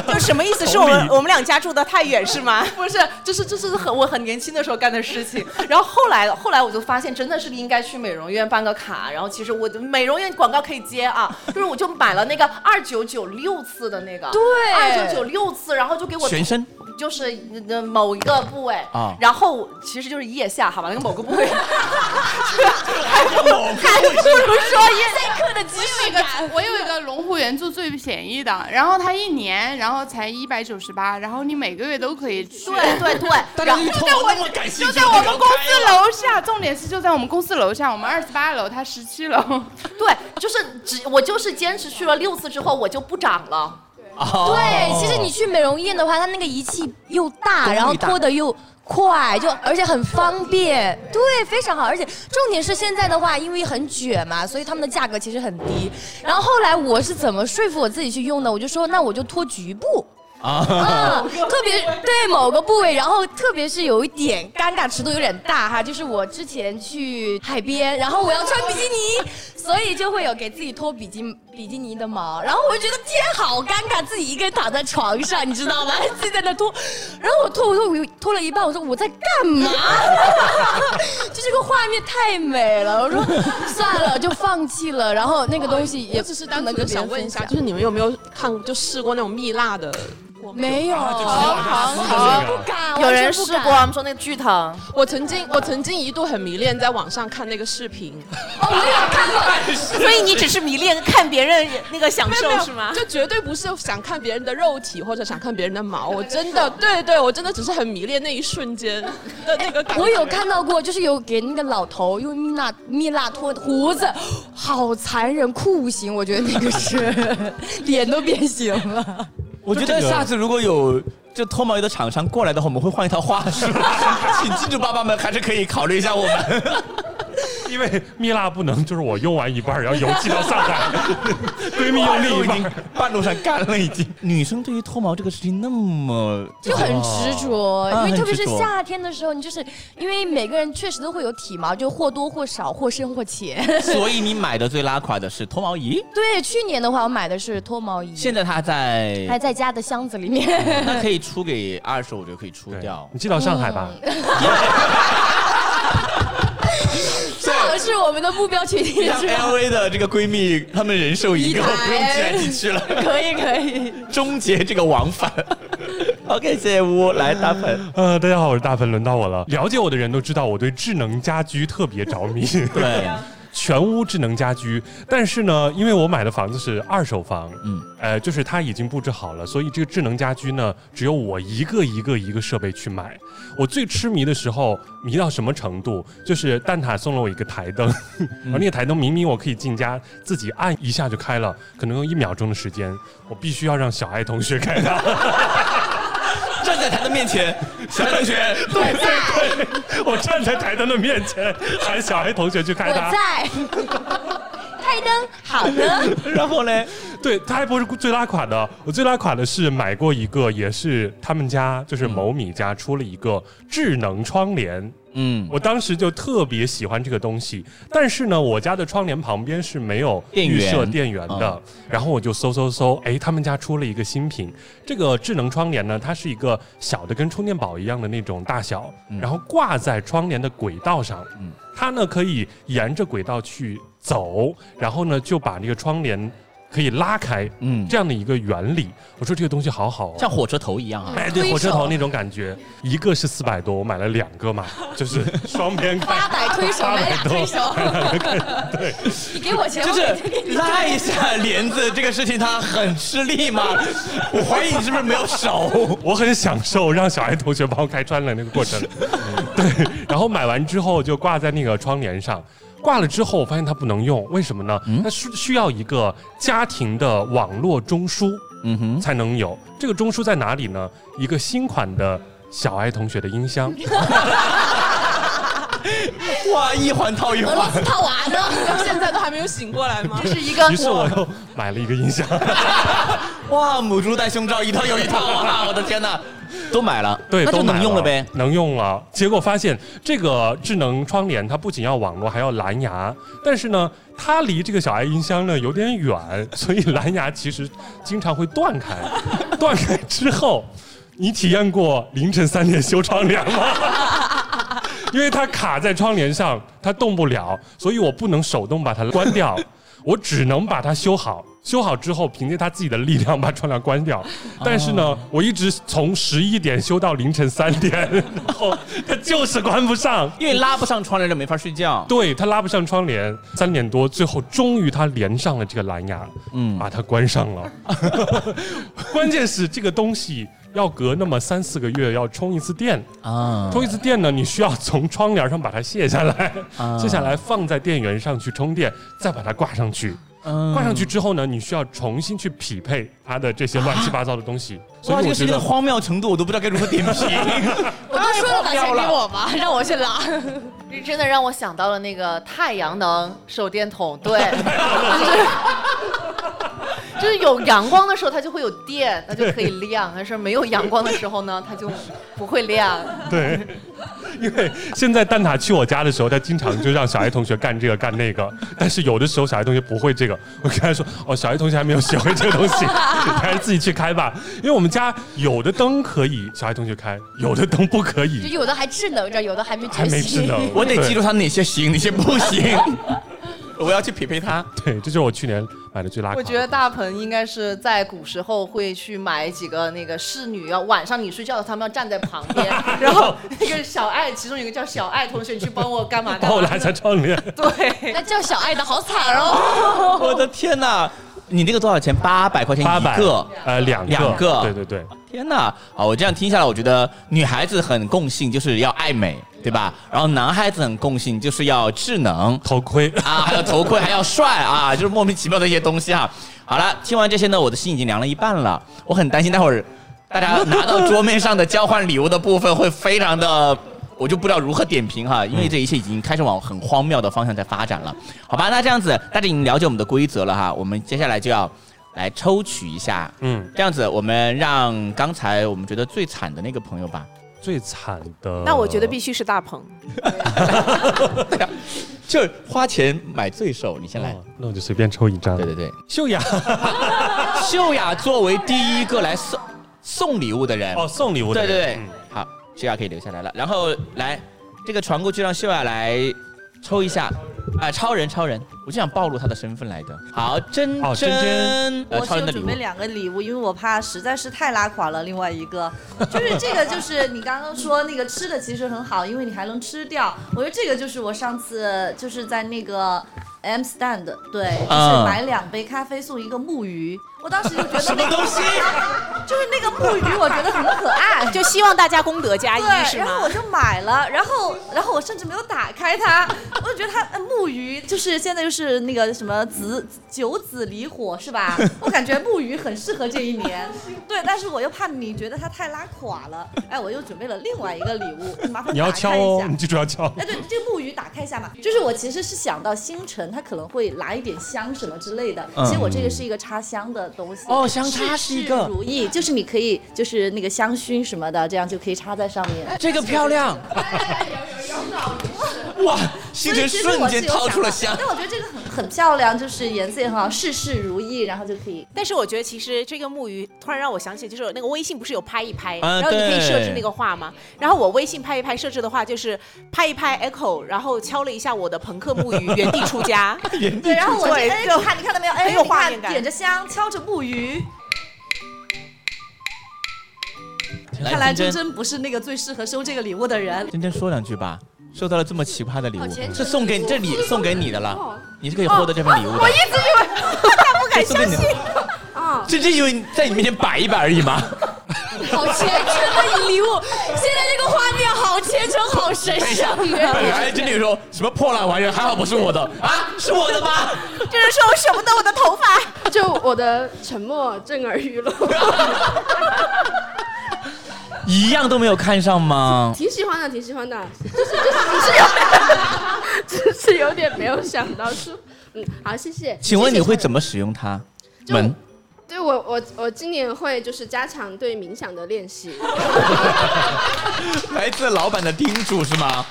[SPEAKER 14] 就什么意思？是我
[SPEAKER 2] 同
[SPEAKER 14] 们
[SPEAKER 2] 理
[SPEAKER 14] 我们两家住的太 远是吗？不是，就是这、就是很我很年轻的时候干的事情。
[SPEAKER 8] 然后后来，后来我就发现，真的是应该去美容院办个卡。然后其实我美容院广告可以接啊，就是我就买了那个二九九六次的那个，
[SPEAKER 6] 对
[SPEAKER 8] 二九九六次，然后就给我
[SPEAKER 2] 全身。
[SPEAKER 3] 就是呃某一个部位
[SPEAKER 2] 啊
[SPEAKER 3] 然后其实就是腋下，好吧，那个某个部 位，
[SPEAKER 9] 还不
[SPEAKER 3] 如说一
[SPEAKER 9] 深刻的即视感。我有一个龙湖原著最便宜的，然后它一年然后才一百九十八，然后你每个月都可以去。
[SPEAKER 3] 对对 对
[SPEAKER 9] 然
[SPEAKER 3] 然
[SPEAKER 9] 后
[SPEAKER 3] 后
[SPEAKER 9] 就在我
[SPEAKER 3] 那么感兴
[SPEAKER 9] 就
[SPEAKER 3] 趣
[SPEAKER 9] 在我
[SPEAKER 3] 就
[SPEAKER 9] 们
[SPEAKER 3] 聊
[SPEAKER 9] 公
[SPEAKER 3] 开
[SPEAKER 9] 司
[SPEAKER 3] 了
[SPEAKER 9] 楼下，重点是就在我们公司楼下，我们二十八楼，它十七楼。
[SPEAKER 3] 对，就是只我就是坚持去了六次之后，我就不长了。
[SPEAKER 2] 啊
[SPEAKER 6] 对，其实你去美容院的话，它那个仪器又
[SPEAKER 3] 哦
[SPEAKER 6] 大，
[SPEAKER 3] 功率大
[SPEAKER 6] 然后拖的又快，就而且很方便，对，非常好。而且重点是现在的话，因为很卷嘛，所以他们的价格其实很低。然后后来我是怎么说服我自己去用的？我就说，那我就拖局部。
[SPEAKER 13] 嗯
[SPEAKER 6] 啊，特别 对某个部位，然后特别是有一点尴尬尺度有点大哈，就是我之前去海边，然后我要穿比基尼，所以就会有给自己脱比基比基尼的毛，然后我就觉得天好尴尬，自己一个人躺在床上，你知道吗？ 自己在那脱，然后我脱我脱我脱了一半，我说我在干嘛？ 就这个画面太美了，我说算了，就放弃了，然后那个东西也
[SPEAKER 11] 我只是单
[SPEAKER 6] 不能
[SPEAKER 11] 纯的
[SPEAKER 6] 跟别人
[SPEAKER 11] 想问一啊下，
[SPEAKER 6] 分享
[SPEAKER 11] 就是你们有没有看就试过那种蜜蜡的？啊
[SPEAKER 6] 没有，
[SPEAKER 11] 好
[SPEAKER 3] 好不敢有人试
[SPEAKER 13] 啊
[SPEAKER 3] 过 他们说那个巨疼。
[SPEAKER 11] 我曾经，我曾经一度很迷恋，在网上看那个视频。
[SPEAKER 14] 所以你只是迷恋看别人那个享
[SPEAKER 11] 没有没
[SPEAKER 14] 受
[SPEAKER 11] 有
[SPEAKER 14] 是吗？
[SPEAKER 11] 就绝对不是想看别人的肉体或者想看别人的毛，我真的，对对，我真的只是很迷恋那一瞬间的那个感觉。
[SPEAKER 6] 我有看到过，就是有给那个老头用蜜蜡蜜蜡脱胡子，好残忍酷刑，我觉得那个是脸都变形了。
[SPEAKER 2] 我觉得下次如果有就脱毛仪的厂商过来的话，我们会换一套话 术，请记住爸爸们还是可以考虑一下我们。
[SPEAKER 1] 因为蜜蜡不能，就是我用完一半儿，然后邮寄到上海，闺蜜用另一半儿，
[SPEAKER 2] 半路上干了已经。女生对于脱毛这个事情那么
[SPEAKER 6] 就很执着，
[SPEAKER 2] 啊
[SPEAKER 6] 因为
[SPEAKER 2] 很
[SPEAKER 6] 特别
[SPEAKER 2] 执
[SPEAKER 6] 是
[SPEAKER 2] 着
[SPEAKER 6] 夏天的时候，你就是因为每个人确实都会有体毛，就或多或少，或深或浅。
[SPEAKER 2] 所以你买的最拉垮的是脱毛仪，
[SPEAKER 6] 对，去年的话我买的是脱毛仪，
[SPEAKER 2] 现在它在
[SPEAKER 6] 还在家的箱子里面。
[SPEAKER 2] 哎哦嗯那可以出给二手，我觉得可以出掉。
[SPEAKER 1] 你寄到上海吧。
[SPEAKER 6] 哦 正好是我们的目标群体
[SPEAKER 2] 让
[SPEAKER 6] 是
[SPEAKER 2] 哎 L
[SPEAKER 6] 吧？
[SPEAKER 2] A 的这个闺蜜，她们人手一个，不用寄来寄去了。
[SPEAKER 6] 可以可以。
[SPEAKER 2] 终结这个往返。OK，谢谢呜，来大鹏。
[SPEAKER 1] 呃，大家好，我是大鹏，轮到我了。了解我的人都知道，我对智能家居特别着迷。
[SPEAKER 2] 对。
[SPEAKER 1] 全屋智能家居，但是呢，因为我买的房子是二手房，嗯，呃，就是它已经布置好了，所以这个智能家居呢，只有我一个一个一个设备去买。我最痴迷的时候，迷到什么程度？就是蛋挞送了我一个台灯，
[SPEAKER 2] 嗯
[SPEAKER 1] 而那个台灯明明我可以进家自己按一下就开了，可能用一秒钟的时间，我必须要让小爱同学开它。
[SPEAKER 2] 站在台灯面前，小爱同学，
[SPEAKER 1] 对对对，我站在台灯的面前，喊小爱同学去开
[SPEAKER 6] 我
[SPEAKER 1] 它。
[SPEAKER 6] 在。 开灯，好 的。
[SPEAKER 2] 然后嘞，
[SPEAKER 1] 对，他还不是最拉垮的。我最拉垮的是买过一个，也是他们家，就是某米家出了一个智能窗帘。
[SPEAKER 2] 嗯，
[SPEAKER 1] 我当时就特别喜欢这个东西，但是呢，我家的窗帘旁边是没有
[SPEAKER 2] 电
[SPEAKER 1] 预设
[SPEAKER 2] 源
[SPEAKER 1] 电源
[SPEAKER 2] 嗯
[SPEAKER 1] 的。然后我就搜搜搜，哎，他们家出了一个新品，这个智能窗帘呢，它是一个小的跟充电宝一样的那种大小，
[SPEAKER 2] 嗯
[SPEAKER 1] 然后挂在窗帘的轨道上，它呢可以沿着轨道去走，然后呢就把这个窗帘。可以拉开，
[SPEAKER 2] 嗯，
[SPEAKER 1] 这样的一个原理，我说这个东西好好、哦，
[SPEAKER 2] 像火车头一样啊
[SPEAKER 1] 哎，对，火车头那种感觉，一个是四百多，我买了两个嘛，就是双边开，
[SPEAKER 6] 八百 推手，
[SPEAKER 1] 八
[SPEAKER 6] 买
[SPEAKER 1] 百
[SPEAKER 6] 俩
[SPEAKER 1] 多
[SPEAKER 6] 推手，
[SPEAKER 1] 对，
[SPEAKER 6] 你给我钱，
[SPEAKER 2] 就
[SPEAKER 6] 我每天给
[SPEAKER 2] 是
[SPEAKER 6] 你
[SPEAKER 2] 拉一下帘子这个事情，他很吃力嘛。我怀疑你是不是没有 手？
[SPEAKER 1] 哦我很享受让小爱同学帮我开窗帘那个过 程。对，然后买完之后就挂在那个窗帘上，挂了之后我发现它不能用，为什么呢？
[SPEAKER 2] 嗯
[SPEAKER 1] 它需需要一个家庭的网络中枢，
[SPEAKER 2] 嗯哼，
[SPEAKER 1] 才能有。这个中枢在哪里呢？一个新款的小爱同学的音箱。
[SPEAKER 2] 哇，一环套一
[SPEAKER 11] 俄罗
[SPEAKER 2] 环
[SPEAKER 11] 斯。套娃呢？ 到现在都还没有醒过来吗？
[SPEAKER 3] 是一个
[SPEAKER 1] 于是我又买了一个音箱。
[SPEAKER 2] 哇，母猪戴胸罩一套又一套啊！我的天哪，都买了，
[SPEAKER 1] 对，
[SPEAKER 2] 那
[SPEAKER 1] 都
[SPEAKER 2] 就
[SPEAKER 1] 买
[SPEAKER 2] 能用了呗。，
[SPEAKER 1] 能用了。结果发现这个智能窗帘它不仅要网络，还要蓝牙。但是呢，它离这个小爱音箱呢有点远，所以蓝牙其实经常会断开。断开之后，你体验过凌晨三点修窗帘吗？因为它卡在窗帘上，它动不了，所以我不能手动把它关掉。我只能把它修好。修好之后，凭借他自己的力量把窗帘关
[SPEAKER 2] 哦
[SPEAKER 1] 掉。但是呢，我一直从十一点修到凌晨三点，然后他就是关不上，
[SPEAKER 2] 因为拉不上窗帘就没法睡觉。
[SPEAKER 1] 对他拉不上窗帘，三点多，最后终于他连上了这个蓝牙，嗯，把它关上了。关键是这个东西要隔那么三四个月要充一次电
[SPEAKER 2] 啊，
[SPEAKER 1] 充一次电呢，你需要从窗帘上把它卸下来，
[SPEAKER 2] 啊
[SPEAKER 1] 卸下来放在电源上去充电，再把它挂上去。
[SPEAKER 2] 嗯
[SPEAKER 1] 挂上去之后呢，你需要重新去匹配它的这些乱七八糟的东西。所
[SPEAKER 2] 哇，
[SPEAKER 1] 以我
[SPEAKER 2] 这个
[SPEAKER 1] 觉
[SPEAKER 2] 事情
[SPEAKER 1] 得
[SPEAKER 2] 的 荒谬程度我都不知道该如何点评。
[SPEAKER 8] 我都说了，
[SPEAKER 6] 把钱给我吧， 让我 去拉。
[SPEAKER 8] 这真的让我想到了那个太阳能手电筒， 对， 就是就是有阳光的时候它就会有电，它就可以亮；但是没有阳光的时候 呢，它就不会亮。
[SPEAKER 1] 对，因为现在蛋挞去我家的时候，他经常就让小爱同学干这个干那个，但是有的时候小爱同学不会这个，我跟他说哦，小爱同学还没有学会这个东 西，你还是自己去开吧。因为我们家有的灯可以小爱同学开，有的灯不可
[SPEAKER 6] 就
[SPEAKER 1] 以。
[SPEAKER 6] 有的还智能着，有的还没
[SPEAKER 1] 还没智能
[SPEAKER 2] ，我得记住他哪些行，哪些不行，我要去匹配他。
[SPEAKER 1] 对，这就是我去年买的最拉
[SPEAKER 8] 我
[SPEAKER 1] 垮。
[SPEAKER 8] 觉得大鹏应该是在古时候会去买几个那个侍女，要晚上你睡觉，他们要站在旁边，然后那个小爱，其中有一个叫小爱同学，你去帮我干嘛干
[SPEAKER 1] 把我
[SPEAKER 8] 嘛。
[SPEAKER 1] 拉下窗帘，
[SPEAKER 8] 对，
[SPEAKER 6] 那叫小爱的好惨哦。
[SPEAKER 2] 我的天哪！你那个多少钱？八百块钱一
[SPEAKER 1] 800
[SPEAKER 2] 个，
[SPEAKER 1] 呃，两个，
[SPEAKER 2] 两个
[SPEAKER 1] 对对对，
[SPEAKER 2] 天呐，啊，我这样听下来，我觉得女孩子很共性，就是要爱美，对吧？然后男孩子很共性，就是要智能、
[SPEAKER 1] 头盔
[SPEAKER 2] 啊，还有头盔，还要帅啊， 就是莫名其妙的一些东西啊。好了，听完这些呢，我的心已经凉了一半了。我很担心待会儿大家拿到桌面上的交换礼物的部分会非常的。 我就不知道如何点评哈，因为这一切已经开始往很荒谬的方向在发展了，好吧？那这样子，大家已经了解我们的规则了哈，我们接下来就要来抽取一下
[SPEAKER 1] 嗯，
[SPEAKER 2] 这样子，我们让刚才我们觉得最惨的那个朋友吧。
[SPEAKER 1] 最惨
[SPEAKER 14] 呃
[SPEAKER 1] 的
[SPEAKER 7] 那我觉得必须是大鹏。
[SPEAKER 2] 就是花钱买罪受，你先来。
[SPEAKER 1] 那我就随便抽一张。对
[SPEAKER 2] 对对，
[SPEAKER 1] 哦秀雅，
[SPEAKER 2] 秀雅作为第一个来送送礼物的人，
[SPEAKER 1] 哦，送礼物的
[SPEAKER 2] 对
[SPEAKER 1] 人
[SPEAKER 2] 对对，好，秀雅可以留下来了。然后来这个传过去，让秀雅来抽一下。啊、超人，超人，我就想暴露他的身份来的。好，真
[SPEAKER 1] 哦真
[SPEAKER 2] 真，呃，
[SPEAKER 12] 我
[SPEAKER 2] 超
[SPEAKER 12] 是
[SPEAKER 2] 人的
[SPEAKER 12] 有
[SPEAKER 2] 礼
[SPEAKER 12] 准
[SPEAKER 2] 物
[SPEAKER 12] 备。两个礼物，因为我怕实在是太拉垮了。另外一个就是这个，就是你刚刚说那个吃的其实很好，因为你还能吃掉。我觉得这个就是我上次就是在那个 M stand 对，就是
[SPEAKER 16] 嗯
[SPEAKER 12] 买两杯咖啡送一个木鱼，我当时就觉得
[SPEAKER 7] 什么
[SPEAKER 12] 那个
[SPEAKER 7] 东西
[SPEAKER 12] 就是那个木鱼，我觉得很可爱，
[SPEAKER 7] 就希望大家功德加一，
[SPEAKER 12] 对，
[SPEAKER 7] 是
[SPEAKER 12] 然后
[SPEAKER 7] 吗
[SPEAKER 12] 我？就买了，然后然后我甚至没有打开它，我就觉得它呃木鱼就是现在就是那个什么紫九紫离火是吧？我感觉木鱼很适合这一年，对，但是我又怕你觉得它太拉垮了，哎，我又准备了另外一个礼物，麻烦
[SPEAKER 1] 你要
[SPEAKER 12] 打
[SPEAKER 1] 敲
[SPEAKER 12] 开一
[SPEAKER 1] 哦
[SPEAKER 12] 下，。
[SPEAKER 1] 你记住要敲。
[SPEAKER 12] 哎，对，这个木鱼打开一下嘛，就是我其实是想到星辰，它可能会来一点香什么之类的。
[SPEAKER 2] 嗯
[SPEAKER 12] 其实我这个是一个插香的东西。
[SPEAKER 2] 哦香插是一个
[SPEAKER 12] 事事如意，就是你可以就是那个香薰什么的，这样就可以插在上面。
[SPEAKER 2] 哎
[SPEAKER 12] 哎
[SPEAKER 2] 这个漂 亮。哇，星
[SPEAKER 12] 所以
[SPEAKER 2] 辰
[SPEAKER 12] 其实
[SPEAKER 2] 瞬
[SPEAKER 12] 我
[SPEAKER 2] 间
[SPEAKER 12] 是有
[SPEAKER 2] 掏出了
[SPEAKER 12] 想
[SPEAKER 2] 香
[SPEAKER 12] 法。但我觉得这个很很漂亮，就是颜色也很好，事事如意，然后就可以。
[SPEAKER 7] 但是我觉得其实这个木鱼突然让我想起，就是那个微信不是有拍一拍，
[SPEAKER 12] 啊
[SPEAKER 7] 然后你可以
[SPEAKER 12] 对
[SPEAKER 7] 设置那个话吗？然后我微信拍一拍设置的话就是拍一拍 echo，然后敲了一下我的朋克木鱼，原地出家。
[SPEAKER 2] 原
[SPEAKER 12] 对，然后我就
[SPEAKER 7] 对
[SPEAKER 12] 哎，
[SPEAKER 7] 就
[SPEAKER 12] 你看你看到没有？哎，
[SPEAKER 7] 很有
[SPEAKER 12] 你
[SPEAKER 7] 画
[SPEAKER 12] 看
[SPEAKER 7] 面感
[SPEAKER 12] 点着香，敲着木鱼。
[SPEAKER 2] 来
[SPEAKER 12] 看来
[SPEAKER 2] 珍
[SPEAKER 12] 真
[SPEAKER 2] 珍
[SPEAKER 12] 真不是那个最适合收这个礼物的人。
[SPEAKER 2] 珍珍说两句吧。收到了这么奇葩的礼物
[SPEAKER 12] 好虔，诚
[SPEAKER 2] 是送给你，这礼送给你的了，你是可以获得这份礼
[SPEAKER 11] 哦
[SPEAKER 2] 物的。
[SPEAKER 13] 我一直以为，他不
[SPEAKER 2] 敢相信。
[SPEAKER 13] 啊，
[SPEAKER 2] 珍珍以为你在你面前摆一摆而已吗？
[SPEAKER 6] 好 虔诚的礼物，现在这个画面好虔诚，好神圣啊！
[SPEAKER 2] 本来珍珍说什么破烂玩意儿，还好不是我的啊，是我的吗？
[SPEAKER 13] 这是说我舍不得我的头发， 就我的沉默震耳 欲聋。
[SPEAKER 2] 一样都没有看上吗？
[SPEAKER 13] 挺喜欢的，挺喜欢的，就是就是 只是有，只是有点没有想到说，嗯，好，谢谢。
[SPEAKER 2] 请问
[SPEAKER 13] 谢
[SPEAKER 2] 你
[SPEAKER 13] 谢
[SPEAKER 2] 会怎么使用它？门
[SPEAKER 13] 对我我我今年会就是加强对冥想的练习。
[SPEAKER 2] 来自老板的叮嘱是吗？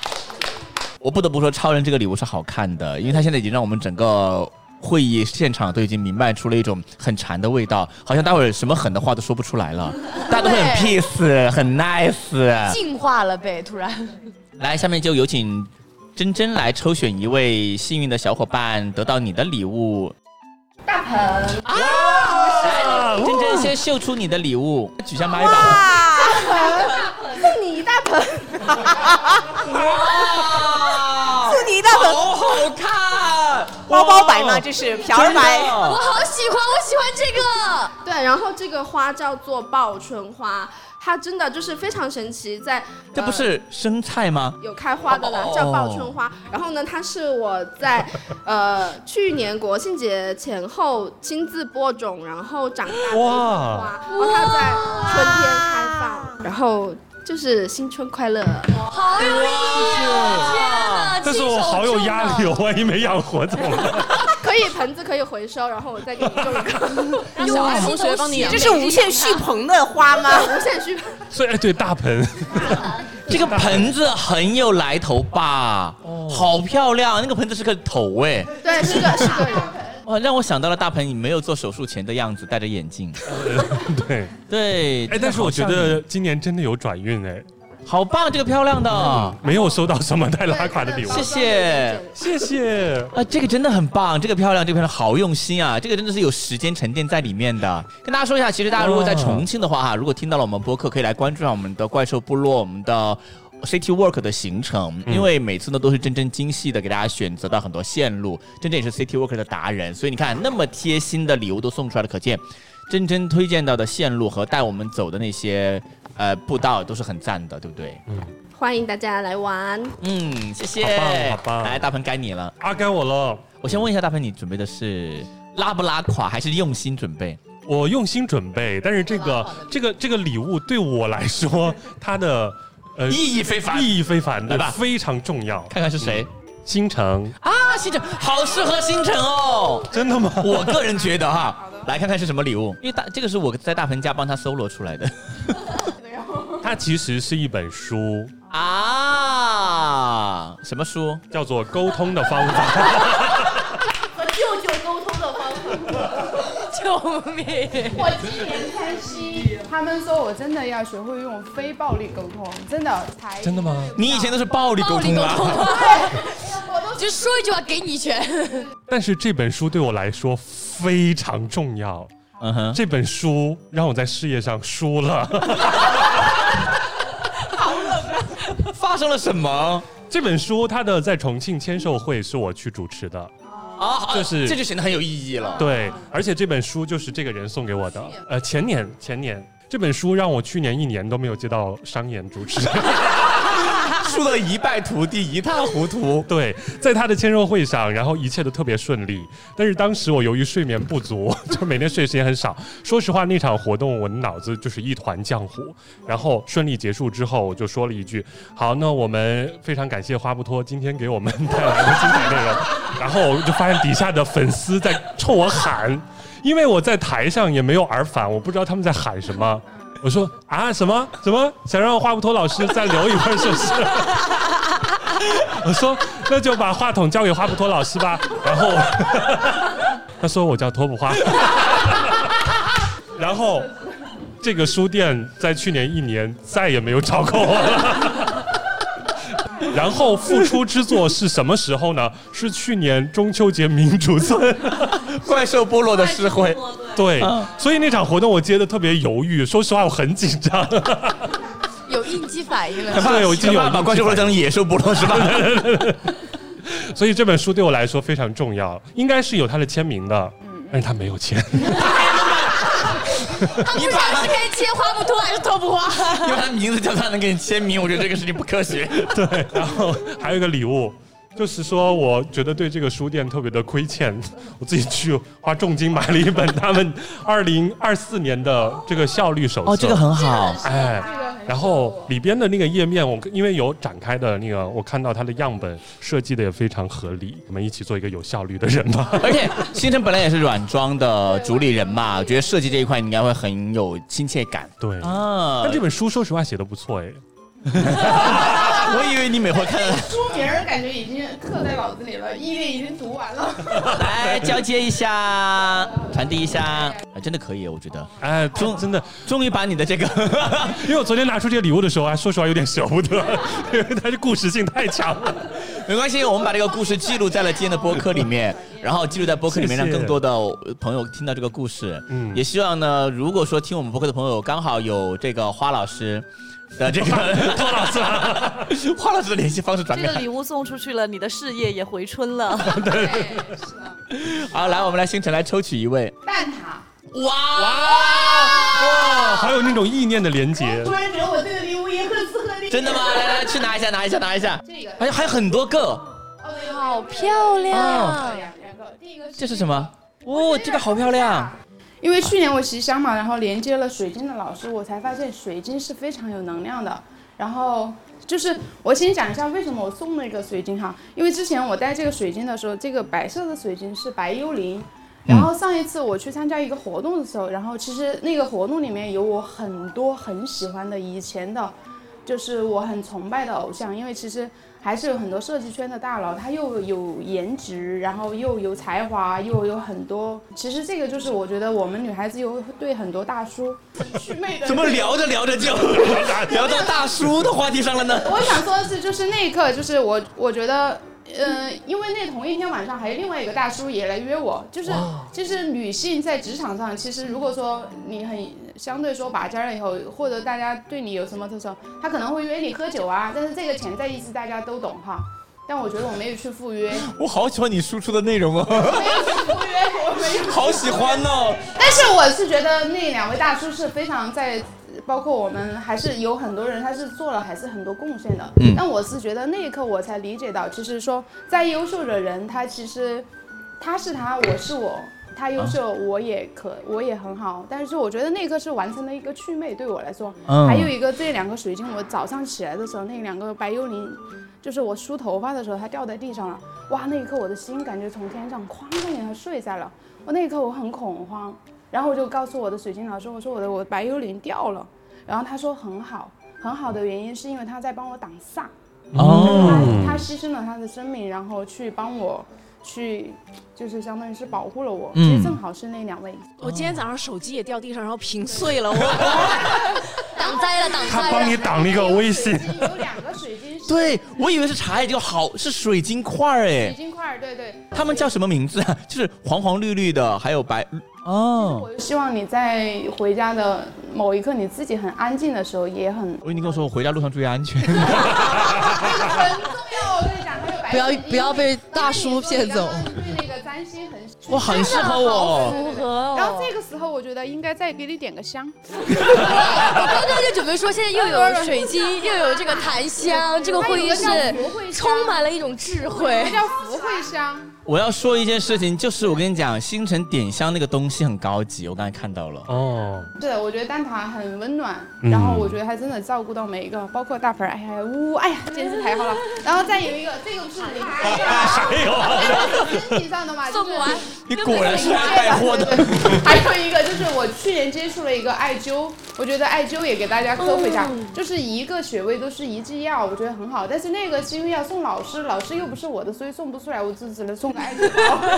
[SPEAKER 2] 我不得不说，超人这个礼物是好看的，因为他现在已经让我们整个会议现场都已经弥漫出了一种很馋的味道，好像待会儿什么狠的话都说不出来了，大家都会很 peace，很 nice。
[SPEAKER 17] 进化了呗，突然。
[SPEAKER 2] 来，下面就有请珍珍来抽选一位幸运的小伙伴，得到你的礼物。
[SPEAKER 15] 盆
[SPEAKER 2] 啊！珍珍先秀出你的礼物，举下麦吧。
[SPEAKER 15] 大盆，送你一大盆，
[SPEAKER 2] 送
[SPEAKER 15] 你一大盆，
[SPEAKER 2] 好好看，
[SPEAKER 14] 包包白吗？这是瓢儿白，
[SPEAKER 13] 我好
[SPEAKER 10] 喜欢，我喜欢这个。
[SPEAKER 13] 对，然后这个花叫做报春花，它真的就是非常神奇，在
[SPEAKER 2] 这不是生菜吗？
[SPEAKER 13] 有开花的啦
[SPEAKER 2] 哦，
[SPEAKER 13] 叫报春花。然后呢，它是我 在呃去年国庆节前后亲自播种，然后长大的一朵花，然后它在春天开放，然后就是新春快乐。
[SPEAKER 10] 好有意义啊！
[SPEAKER 1] 但是我好有压力，我万一没养活怎么 办？
[SPEAKER 13] 可以盆子可以回收，然后我再给你种一 个，
[SPEAKER 10] 让小 爱同学帮你养
[SPEAKER 14] 这是无限续棚的花吗？
[SPEAKER 13] 无限 续盆。
[SPEAKER 1] 所以哎，对大盆，
[SPEAKER 2] 这个盆子很有来头吧？
[SPEAKER 1] 哦
[SPEAKER 2] 好漂亮，那个盆子是个头哎。
[SPEAKER 13] 对，是个是个人。
[SPEAKER 2] 哇，让我想到了大盆，你没有做手术前的样子，戴着眼镜。
[SPEAKER 1] 对
[SPEAKER 2] 对，
[SPEAKER 1] 哎，但是我觉得今年真的有转运哎，
[SPEAKER 2] 好棒，这个漂亮的，
[SPEAKER 1] 没有收到什么太拉垮的礼物，
[SPEAKER 2] 啊谢谢，
[SPEAKER 1] 谢谢
[SPEAKER 2] 啊，这个真的很棒，这个漂亮，这个漂亮，好用心啊，这个真的是有时间沉淀在里面的。跟大家说一下，其实大家如果在
[SPEAKER 1] 啊
[SPEAKER 2] 重庆的话
[SPEAKER 1] 哦
[SPEAKER 2] 哈，如果听到了我们播客，可以来关注一下我们的怪兽部落，我们的。City Work 的行程，
[SPEAKER 1] 嗯
[SPEAKER 2] 因为每次呢都是真真精细的给大家选择到很多线路，真真也是 City Work 的达人，所以你看那么贴心的礼物都送出来了，可见真真推荐到的线路和带我们走的那些呃步道都是很赞的，对不对？嗯
[SPEAKER 13] 欢迎大家来玩。
[SPEAKER 2] 嗯，谢谢，
[SPEAKER 1] 好棒好棒
[SPEAKER 2] 来，大鹏该你了。
[SPEAKER 1] 啊，该我了。
[SPEAKER 2] 我先问一下大鹏，你准备的是拉不拉垮，还是用心准备？
[SPEAKER 1] 我用心准备，但是这个这个这个礼物对我来说，它的呃
[SPEAKER 2] 意义非凡
[SPEAKER 1] 意义非凡，对
[SPEAKER 2] 来吧
[SPEAKER 1] 非常重要。嗯
[SPEAKER 2] 看看是谁，
[SPEAKER 1] 星辰，
[SPEAKER 2] 啊，星辰好适合星辰哦，
[SPEAKER 1] 真的吗？
[SPEAKER 2] 我个人觉得哈，来看看是什么礼物，因为大这个是我在大鹏家帮他搜罗出来 的
[SPEAKER 1] 它其实是一本书，
[SPEAKER 2] 啊，什么书？
[SPEAKER 1] 叫做《沟通的方法》。
[SPEAKER 15] 和舅舅沟通的方法。
[SPEAKER 10] 救命！
[SPEAKER 9] 我今年开心，他们说我真的要学会用非暴力沟通，真的才
[SPEAKER 1] 真的吗？
[SPEAKER 2] 你以前都是暴力沟通啦。
[SPEAKER 10] 就说一句话给你一拳。
[SPEAKER 1] 但是这本书对我来说非常重要。
[SPEAKER 2] 嗯哼，
[SPEAKER 1] 这本书让我在事业上输了。
[SPEAKER 2] 发生了什么？
[SPEAKER 1] 这本书它的在重庆签售会是我去主持的，
[SPEAKER 2] 啊，
[SPEAKER 1] 就是
[SPEAKER 2] 这就显得很有意义了。
[SPEAKER 1] 对，而且这本书就是这个人送给我的，呃，前年前年这本书让我去年一年都没有接到商演主持。
[SPEAKER 2] 输得一败涂地，一塌糊涂。
[SPEAKER 1] 对，在他的签售会上，然后一切都特别顺利。但是当时我由于睡眠不足， 就每天睡时间很少。说实话，那场活动我脑子就是一团浆糊。然后顺利结束之后，我就说了一句：“好，那我们非常感谢花不脱今天给我们带来的精彩内容。”然后我就发现底下的粉丝在冲我喊，因为我在台上也没有耳返，我不知道他们在喊什么。我说啊什么什么想让花不脱老师再留一份是不是？我说那就把话筒交给花不脱老师吧。然后他说我叫托普花。 然后这个书店在去年一年再也没有找过我了。然后复出之作是什么时候呢？是去年中秋节民主 村
[SPEAKER 2] 怪兽部落的诗会。
[SPEAKER 1] 对
[SPEAKER 2] 嗯，
[SPEAKER 1] 所以那场活动我接的特别犹豫，说实话我很紧张。
[SPEAKER 10] 有应激反应了。
[SPEAKER 1] 对，我已
[SPEAKER 11] 哦
[SPEAKER 1] 经有
[SPEAKER 2] 把怪兽部落当成野兽部落是吧？
[SPEAKER 1] 所以这本书对我来说非常重要，应该是有他的签名的，但是他没有签。
[SPEAKER 6] 哦
[SPEAKER 10] 你把是该切花不脱还是脱不花？
[SPEAKER 2] 因为他名字叫他能给你签名，我觉得这个事情不科学。
[SPEAKER 1] 对，然后 还有一个礼物，就是说我觉得对这个书店特别的亏欠， 我自己去花重金买了一本他们二零二四年的这个效率手册。
[SPEAKER 2] 哦这个很好
[SPEAKER 1] 哎。然后里边的那个页面，我因为有展开的那个，我看到它的样本设计的也非常合理。我们一起做一个有效率的人吧。
[SPEAKER 2] 而 且星辰本来也是软装的主理人嘛，我觉得设计这一块你应该会很有亲切感。
[SPEAKER 1] 对
[SPEAKER 2] 啊，
[SPEAKER 1] 但这本书说实话写的不错哎。
[SPEAKER 2] 我以为你每回看，
[SPEAKER 9] 书名儿感觉已经刻在脑子里了，一列已经读完了。
[SPEAKER 2] 来交接一下，传递一下，啊，真的可以，我 觉得，
[SPEAKER 1] 哎，终真的
[SPEAKER 2] 终于把你 的这个，
[SPEAKER 1] 因为我昨天拿出这个礼物的时候，哎，说实话有点舍不得，因为它的故事性太强了。
[SPEAKER 2] 没关系，我们把这个故事记录在了今天的播客里 面，然后记录在播客里
[SPEAKER 1] 谢
[SPEAKER 2] 面，让
[SPEAKER 1] 谢
[SPEAKER 2] 更多的朋友听到这个故事。嗯，也希望呢，如果说听我们播客的朋友刚好有这个花老师 的这个花老师啊， 花老师的联系方式转
[SPEAKER 15] 这
[SPEAKER 2] 给
[SPEAKER 15] 个
[SPEAKER 2] 他
[SPEAKER 15] 礼。物送出去了，你的事业也回春 了。
[SPEAKER 2] 好，来，我们来星辰来抽取一位。
[SPEAKER 9] 蛋挞，
[SPEAKER 2] 哇
[SPEAKER 1] 哇，哦还有那种意念的连接。
[SPEAKER 9] 突然觉得我这个礼物也很适合你。
[SPEAKER 2] 真的吗？来来来，去拿一下，拿一下，拿一下。这个，哎，还有很多个，
[SPEAKER 6] 好漂亮！
[SPEAKER 2] 哦这是什么？哦，这个好漂亮。
[SPEAKER 9] 因为去年我习香嘛，然后连接了水晶的老师，我才发现水晶是非常有能量的。然后就是我先讲一下为什么我送了一个水晶哈，因为之前我戴这个水晶的时候，这个白色的水晶是白幽灵。然后上一次我去参加一个活动的时候，然后其实那个活动里面有我很多很喜欢的以前的，就是我很崇拜的偶像，因为其实还是有很多设计圈的大佬，他又有颜值，然后又有才华，又有很多。其实这个就是我觉得我们女孩子有对很多大叔，
[SPEAKER 2] 怎么聊着聊着就 聊到大叔的话题上了呢？
[SPEAKER 9] 我想说的是，就是那一刻，就是我我觉得。呃，因为那同一天晚上还有另外一个大叔也来约我，就是
[SPEAKER 2] 哇
[SPEAKER 9] 就是女性在职场上，其实如果说你很相对说拔尖儿了以后，或者大家对你有什么特殊，他可能会约你喝酒啊，但是这个潜在意识大家都懂哈。但我觉得我没有去赴约，
[SPEAKER 2] 我好喜欢你输出的内容哦，
[SPEAKER 9] 没有去赴约，我没有。
[SPEAKER 2] 好喜欢哦。
[SPEAKER 9] 但是我是觉得那两位大叔是非常在，包括我们还是有很多人他是做了还是很多贡献的。
[SPEAKER 2] 嗯
[SPEAKER 9] 但我是觉得那一刻我才理解到，就是说再优秀的人，他其实他是他，我是我。他优秀，
[SPEAKER 2] 啊
[SPEAKER 9] 我也可，我也很好。但是我觉得那一刻是完成了一个祛魅，对我来说。
[SPEAKER 2] 嗯
[SPEAKER 9] 还有一个，这两个水晶，我早上起来的时候，那两个白幽灵，就是我梳头发的时候，它掉在地上了。哇，那一刻我的心感觉从天上哐的一下坠下了。我那一刻我很恐慌，然后我就告诉我的水晶老师，我说我的我的白幽灵掉了，然后他说很好，很好的原因是因为他在帮我挡煞，
[SPEAKER 2] 哦
[SPEAKER 9] 他牺牲了他的生命，然后去帮我。去，就是相当于是保护了我，
[SPEAKER 14] 嗯
[SPEAKER 9] 其实正好是那两位。
[SPEAKER 14] 我今天早上手机也掉地上，然后屏碎了，我
[SPEAKER 6] 挡灾了，挡
[SPEAKER 1] 他帮你挡了一个微 信，
[SPEAKER 2] 对，我以为是茶叶，这个好是水晶块儿
[SPEAKER 9] 水
[SPEAKER 2] 哎，
[SPEAKER 9] 晶块儿，对对。
[SPEAKER 2] 他们叫什么名字 啊？就是黄黄绿绿的，还有白哦。
[SPEAKER 9] 我希望你在回家的某一刻，你自己很安静的时候，也很
[SPEAKER 2] 我已经跟我说，我回家路上注意安全。
[SPEAKER 8] 不要不要被大叔骗走。
[SPEAKER 9] 对那个占星很
[SPEAKER 8] 哇很适合我
[SPEAKER 9] 真的好
[SPEAKER 8] 符合哦
[SPEAKER 9] 然后这个时候，我觉得应该再给你点个香。
[SPEAKER 6] 我刚刚就准备说，现在又有水晶，又有这个檀香，这个会议室充满了一种智慧
[SPEAKER 9] 这。叫福慧香。
[SPEAKER 2] 我要说一件事情，就是我跟你讲，星辰点香那个东西很高级，我刚才看到了。哦，
[SPEAKER 9] 是的，我觉得蛋挞很温暖，
[SPEAKER 2] 嗯
[SPEAKER 9] 然后我觉得还真的照顾到每一个，包括大盆儿，哎呀呜，哎呀，简直太好了。然后再有一个，这个是零食啊，
[SPEAKER 18] 哎
[SPEAKER 2] 还有啊
[SPEAKER 9] 这个是身体上的嘛，送完。
[SPEAKER 2] 你果然是爱带货的。
[SPEAKER 9] 还有一个就是我去年接触了一个艾灸，我觉得艾灸也给大家科普一下，就是一个穴位都是一剂药，我觉得很好。但是那个是因为要送老师，老师又不是我的，所以送不出来，我就只能送个艾灸包。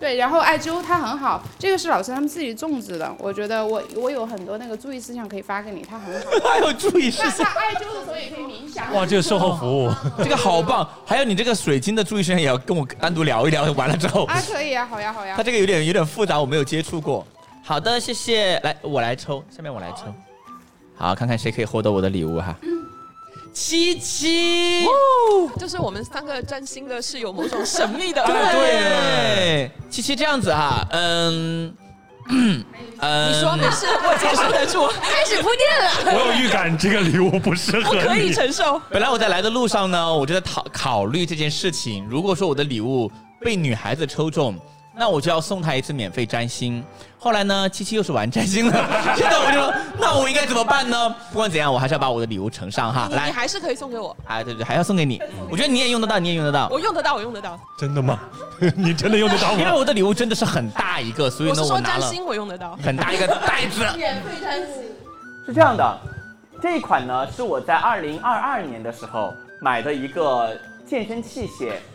[SPEAKER 9] 对，然后艾灸它很好，这个是老师他们自己种植的，我觉得我我有很多那个注意事项可以发给你，它很好。
[SPEAKER 2] 还有注意事项
[SPEAKER 9] 那那艾灸的时候也可以冥想。
[SPEAKER 2] 哇，这个售后服务， 这个好棒！还有你这个水晶的注意事项也要跟我单独聊一聊。完了之后，
[SPEAKER 9] 啊，可以啊，好呀好呀。
[SPEAKER 2] 它这个有点有点复杂，我没有接触过。好的，谢谢。来，我来抽，下面我来抽。好，看看谁可以获得我的礼物哈。
[SPEAKER 11] 七七，
[SPEAKER 2] 哦
[SPEAKER 11] 就是我们三个占星的是有某种神秘 的
[SPEAKER 2] 对，哎七七这样子哈，嗯， 嗯，
[SPEAKER 11] 你说没事，我解释得住。
[SPEAKER 6] 开始铺垫
[SPEAKER 1] 我有预感这个礼物不适合你。
[SPEAKER 11] 受。
[SPEAKER 2] 本来我在来的路上呢，我就在考考虑这件事情。如果说我的礼物被女孩子抽中，那我就要送她一次免费占星。后来呢，七七又是玩占星了，现在我就说，那我应该怎么办呢？不管怎样，我还是要把我的礼物呈上哈。
[SPEAKER 11] 你你
[SPEAKER 2] 啊 来，
[SPEAKER 11] 还是可以送给我，
[SPEAKER 2] 哎，对对，还要送给你。我觉得你也用得到，你也用得 到。
[SPEAKER 1] 哦
[SPEAKER 11] 我用得到，我用得到。
[SPEAKER 2] 真的吗？你真的用得到吗？因为我的礼物真的是很大一个，所以
[SPEAKER 11] 我
[SPEAKER 2] 呢，
[SPEAKER 11] 是
[SPEAKER 2] 我
[SPEAKER 11] 说
[SPEAKER 2] 拿
[SPEAKER 11] 占
[SPEAKER 2] 了
[SPEAKER 11] 星，我用得到。
[SPEAKER 2] 很大一个袋子。
[SPEAKER 8] 免费占星。
[SPEAKER 19] 是这样的，这一款呢是我在二零二二年的时候买的一个健身器械。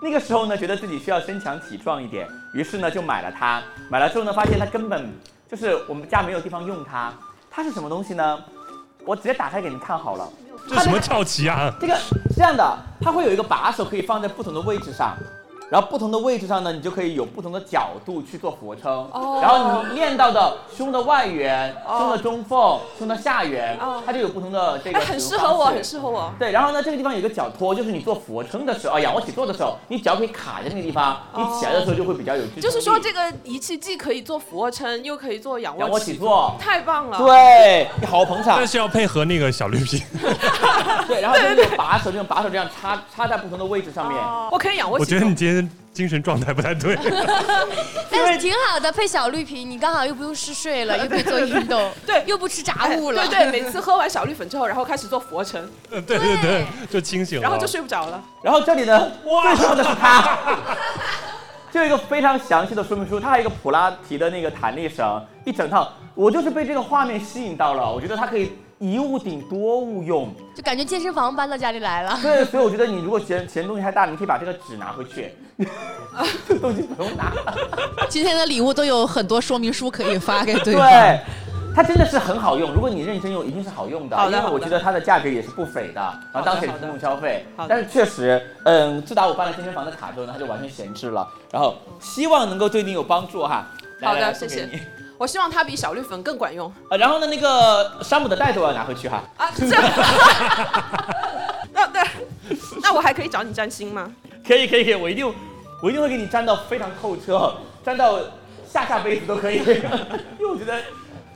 [SPEAKER 19] 那个时候呢，觉得自己需要身强体壮一点，于是呢就买了它。买了之后呢，发现它根本就是我们家没有地方用它。它是什么东西呢？我直接打开给你们看好了。
[SPEAKER 1] 这什么跳棋啊？
[SPEAKER 2] 这个是这样的，它会有一个把手可以放在不同的位置上，然后不同的位置上呢，你就可以有不同的角度去做俯卧撑。
[SPEAKER 13] 哦
[SPEAKER 2] 然后你练到的胸的外缘、
[SPEAKER 13] 哦
[SPEAKER 2] 胸的中缝、胸的下缘，
[SPEAKER 13] 哦
[SPEAKER 2] 它就有不同的这个。
[SPEAKER 13] 哎很适合我很适
[SPEAKER 2] 合我。对，然后呢，这个地方有一个脚托，就是你做俯卧撑的时候，啊，仰卧起坐的时候，你脚可以卡在那个地方，你起来的时候就会比较有支撑力。
[SPEAKER 11] 就是说，这个仪器既可以做俯卧撑，又可以做仰
[SPEAKER 2] 仰卧
[SPEAKER 11] 卧
[SPEAKER 2] 起
[SPEAKER 11] 坐
[SPEAKER 2] 坐，
[SPEAKER 11] 太棒了！，
[SPEAKER 2] 对，你好好捧场。
[SPEAKER 1] 但是要配合那个小绿瓶。
[SPEAKER 2] 对，然后就是用把手，这种把手这样插插在不同的位置上面。
[SPEAKER 13] 哦
[SPEAKER 11] 我可以仰
[SPEAKER 1] 我觉得你今天精神状态不太对。
[SPEAKER 6] 但是挺好的，配小绿瓶，你刚好又不用嗜睡了，又可以做 运动，对，又不吃炸物了，
[SPEAKER 11] 对对，每次喝完小绿粉之后，然后开始做俯卧撑，
[SPEAKER 1] 对对对，就清醒了。
[SPEAKER 11] 然后就睡不着了。
[SPEAKER 2] 然后这里呢，最重要的是它，就有一个非常详细的说明书，它还有一个普拉提的那个弹力绳，一整套。我就是被这个画面吸引到了，我觉得它可以一物顶多物用。
[SPEAKER 6] 就感觉健身房搬到家里来
[SPEAKER 8] 啊
[SPEAKER 6] 了。
[SPEAKER 2] 对，所以我觉得你如果嫌嫌东西太大，你可以把这个纸拿回去，这个东西不用拿。
[SPEAKER 8] 今天的礼物都有很多说明书可以发 给
[SPEAKER 2] 对
[SPEAKER 8] 对方。
[SPEAKER 2] 它真的是很好用，如果你认真用，一定是好用的。
[SPEAKER 8] 好的
[SPEAKER 2] 因为
[SPEAKER 8] 好
[SPEAKER 2] 我
[SPEAKER 8] 的
[SPEAKER 2] 觉得它的价格也是不菲的，然后当时也是冲动消费
[SPEAKER 8] 好。的
[SPEAKER 2] 但是确实，嗯，自打我办了健身房的卡之后呢，它就完全闲置了。然后希望能够对你有帮助哈。来
[SPEAKER 11] 好
[SPEAKER 2] 来
[SPEAKER 11] 的，
[SPEAKER 2] 来送
[SPEAKER 11] 谢
[SPEAKER 2] 给
[SPEAKER 11] 谢
[SPEAKER 2] 你。
[SPEAKER 11] 我希望它比小绿粉更管用。
[SPEAKER 2] 啊，然后呢，那个山姆的袋子我要拿回去哈。
[SPEAKER 11] 啊，这，那那那我还可以找你占星吗？
[SPEAKER 2] 可以可以可以，我一定我一定会给你粘到非常透彻，粘到下下辈子都可以，因 为我觉得。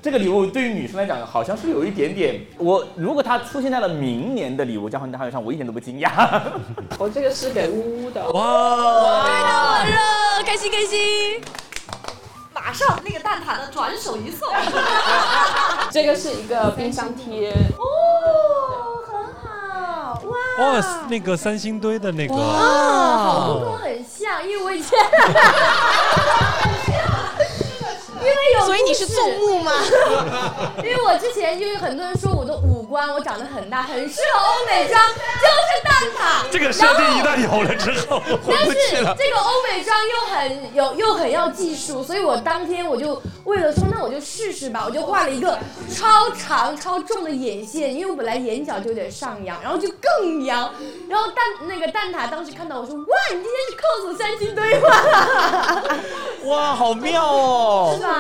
[SPEAKER 2] 这个礼物对于女生来讲，好像是有一点点。我如果它出现在了明年的礼物交换大会上，我一点都不惊讶。
[SPEAKER 11] 我这个是给呜呜的。
[SPEAKER 2] 哇！
[SPEAKER 12] 对到我了，
[SPEAKER 6] 开心开心。
[SPEAKER 12] 马上那个蛋挞的转手一 送。
[SPEAKER 11] 这个是一个冰箱贴，
[SPEAKER 12] 哦，很好，哇，
[SPEAKER 1] 哦，那个三星堆的那个。
[SPEAKER 12] 哇
[SPEAKER 6] 好多很像，因为我以前，因为有，
[SPEAKER 7] 所以你是纵
[SPEAKER 6] 目吗？因为我之前因为很多人说我的五官我长得很大，很适合欧美妆，就是蛋挞。
[SPEAKER 1] 这个设定一旦有了之后，回
[SPEAKER 6] 但
[SPEAKER 1] 不
[SPEAKER 6] 是
[SPEAKER 1] 去了。
[SPEAKER 6] 这个欧美妆又很有又很要技术，所以我当天我就为了说那我就试试吧，我就画了一个超长超重的眼线，因为我本来眼角就有点上扬，然后就更扬。然后蛋那个蛋挞当时看到我说哇，你今天是 cos 三星堆吗？
[SPEAKER 2] 哇，好妙哦！
[SPEAKER 6] 是吧？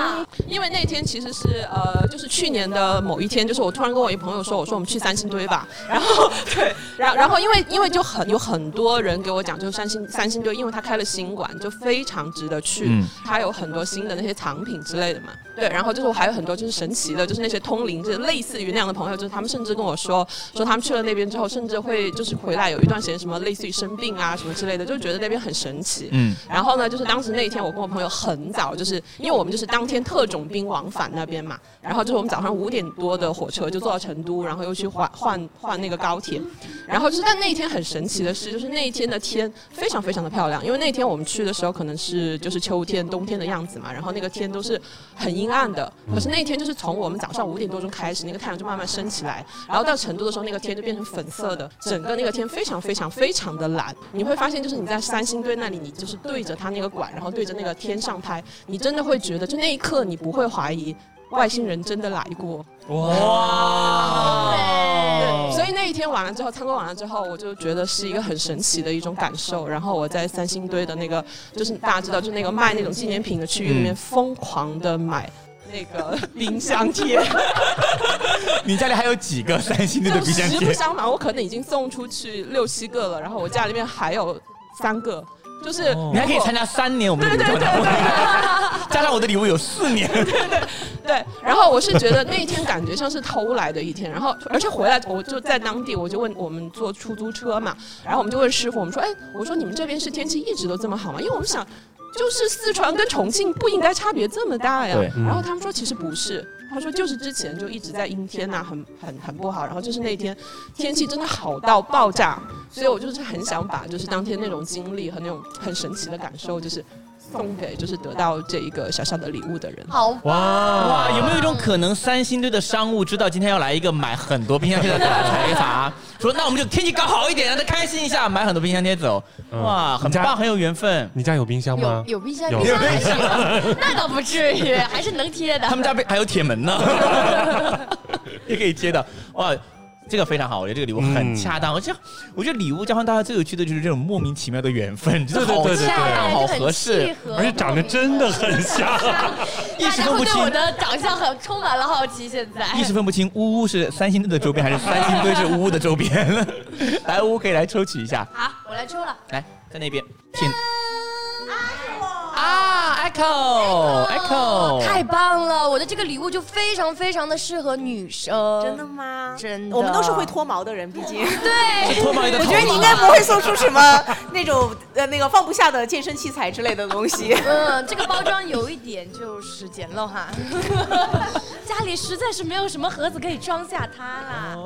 [SPEAKER 11] 因为那天其实是呃，就是去年的某一天，就是我突然跟我一朋友说，我说我们去三星堆 吧。然后对， 然然后因为因为就很有很多人给我讲，就是三星三星堆，因为它开了新馆，就非常值得去。
[SPEAKER 13] 嗯
[SPEAKER 11] 它有很多新的那些藏品之类的嘛。对，然后就是我还有很多就是神奇的，就是那些通灵，就是类似于那样的朋友，就是他们甚至跟我说，说他们去了那边之后，甚至会就是回来有一段时间什么类似于生病啊什么之类的，就觉得那边很神奇。
[SPEAKER 13] 嗯
[SPEAKER 11] 然后呢，就是当时那一天，我跟我朋友很早，就是因为我们就是当天特种兵往返那边嘛，然后就是我们早上五点多的火车就坐到成都，然后又去换换换那个高铁，然后就是但那一天很神奇的是，就是那一天的天非常非常的漂亮，因为那天我们去的时候可能是就是秋天、冬天的样子嘛，然后那个天都是很阴暗的，可是那一天就是从我们早上五点多钟开始，那个太阳就慢慢升起来，然后到成都的时候，那个天就变成粉色的，整个那个天非常非常非常的蓝，你会发现就是你在三星堆那里，你就是对着它那个管，然后对着那个天上拍，你真的会觉得就那一刻你不会怀疑外星人真的来过。
[SPEAKER 1] 哇！
[SPEAKER 2] 哦
[SPEAKER 11] 对，所以那一天完了之后，参观完了之后，我就觉得是一个很神奇的一种感受。然后我在三星堆的那个，就是大家知道，就那个卖那种纪念品的区域里面，
[SPEAKER 13] 嗯
[SPEAKER 11] 疯狂的买那个 冰箱贴，
[SPEAKER 13] 你家里还有几个三星堆的
[SPEAKER 11] 就
[SPEAKER 13] 冰箱
[SPEAKER 11] 实不
[SPEAKER 13] 贴？
[SPEAKER 11] 相瞒，我可能已经送出去六七个了，然后我家里面还有三个，就是
[SPEAKER 13] 哦你还可以参加三年我们的礼物交换大会， 加上我的礼物有四年。
[SPEAKER 11] 对，然后我是觉得那一天感觉像是偷来的一天，然后而且回来我就在当地，我就问我们坐出租车嘛，然后我们就问师傅，我们说，哎，我说你们这边是天气一直都这么好吗？因为我们想，就是四川跟重庆不应该差别这么大呀
[SPEAKER 13] 对。嗯
[SPEAKER 11] 然后他们说其实不是，他说就是之前就一直在阴天呐、很很很不好，然后就是那天天气真的好到爆炸，所以我就是很想把就是当天那种经历和那种很神奇的感受，就是送给就是得到这一个小小的礼物的人。
[SPEAKER 6] 好
[SPEAKER 13] 哇哇！有没有一种可能，三星堆的商务知道今天要来一个买很多冰箱贴的大哎财 阀，啊说那我们就天气搞好一点，让他开心一下，买很多冰箱贴走。哇，很棒，很有缘分。
[SPEAKER 1] 嗯你家有冰箱吗？
[SPEAKER 6] 有冰箱
[SPEAKER 1] 有
[SPEAKER 6] 冰箱
[SPEAKER 1] 冰
[SPEAKER 6] 还是
[SPEAKER 1] 箱
[SPEAKER 6] 有， 那倒不至于，还是能贴 的。
[SPEAKER 13] 他们家被还有铁门呢，也可以接的。哇，
[SPEAKER 2] 这个非常好，我觉得这个礼物很恰当，而
[SPEAKER 1] 嗯
[SPEAKER 2] 且我觉得礼物交换大家最有趣的就是这种莫名其妙的缘分，真的好
[SPEAKER 1] 对对对对
[SPEAKER 2] 恰当，
[SPEAKER 1] 对
[SPEAKER 2] 好合适，
[SPEAKER 1] 而且长得真的很像。
[SPEAKER 2] 一时分不
[SPEAKER 6] 对我
[SPEAKER 2] 清，
[SPEAKER 6] 的长相很充满了好奇。现在
[SPEAKER 2] 一时分不清，呜呜是三星堆的周边还是三星堆是呜呜的周 边？来，呜呜可以来抽取一下，
[SPEAKER 6] 好，我来抽了。
[SPEAKER 2] 来在那边，请
[SPEAKER 6] 啊
[SPEAKER 2] ，Echo Echo，
[SPEAKER 6] 哦太棒了！我的这个礼物就非常非常的适合女生。真的吗？真的。
[SPEAKER 7] 我们都是会脱毛的人，毕竟
[SPEAKER 6] 对脱毛也得
[SPEAKER 7] 我觉得你应该不会送出什么那种呃那个放不下的健身器材之类的东西。
[SPEAKER 6] 嗯，这个包装有一点就是简陋哈， 家里实在是没有什么盒子可以装下它啦。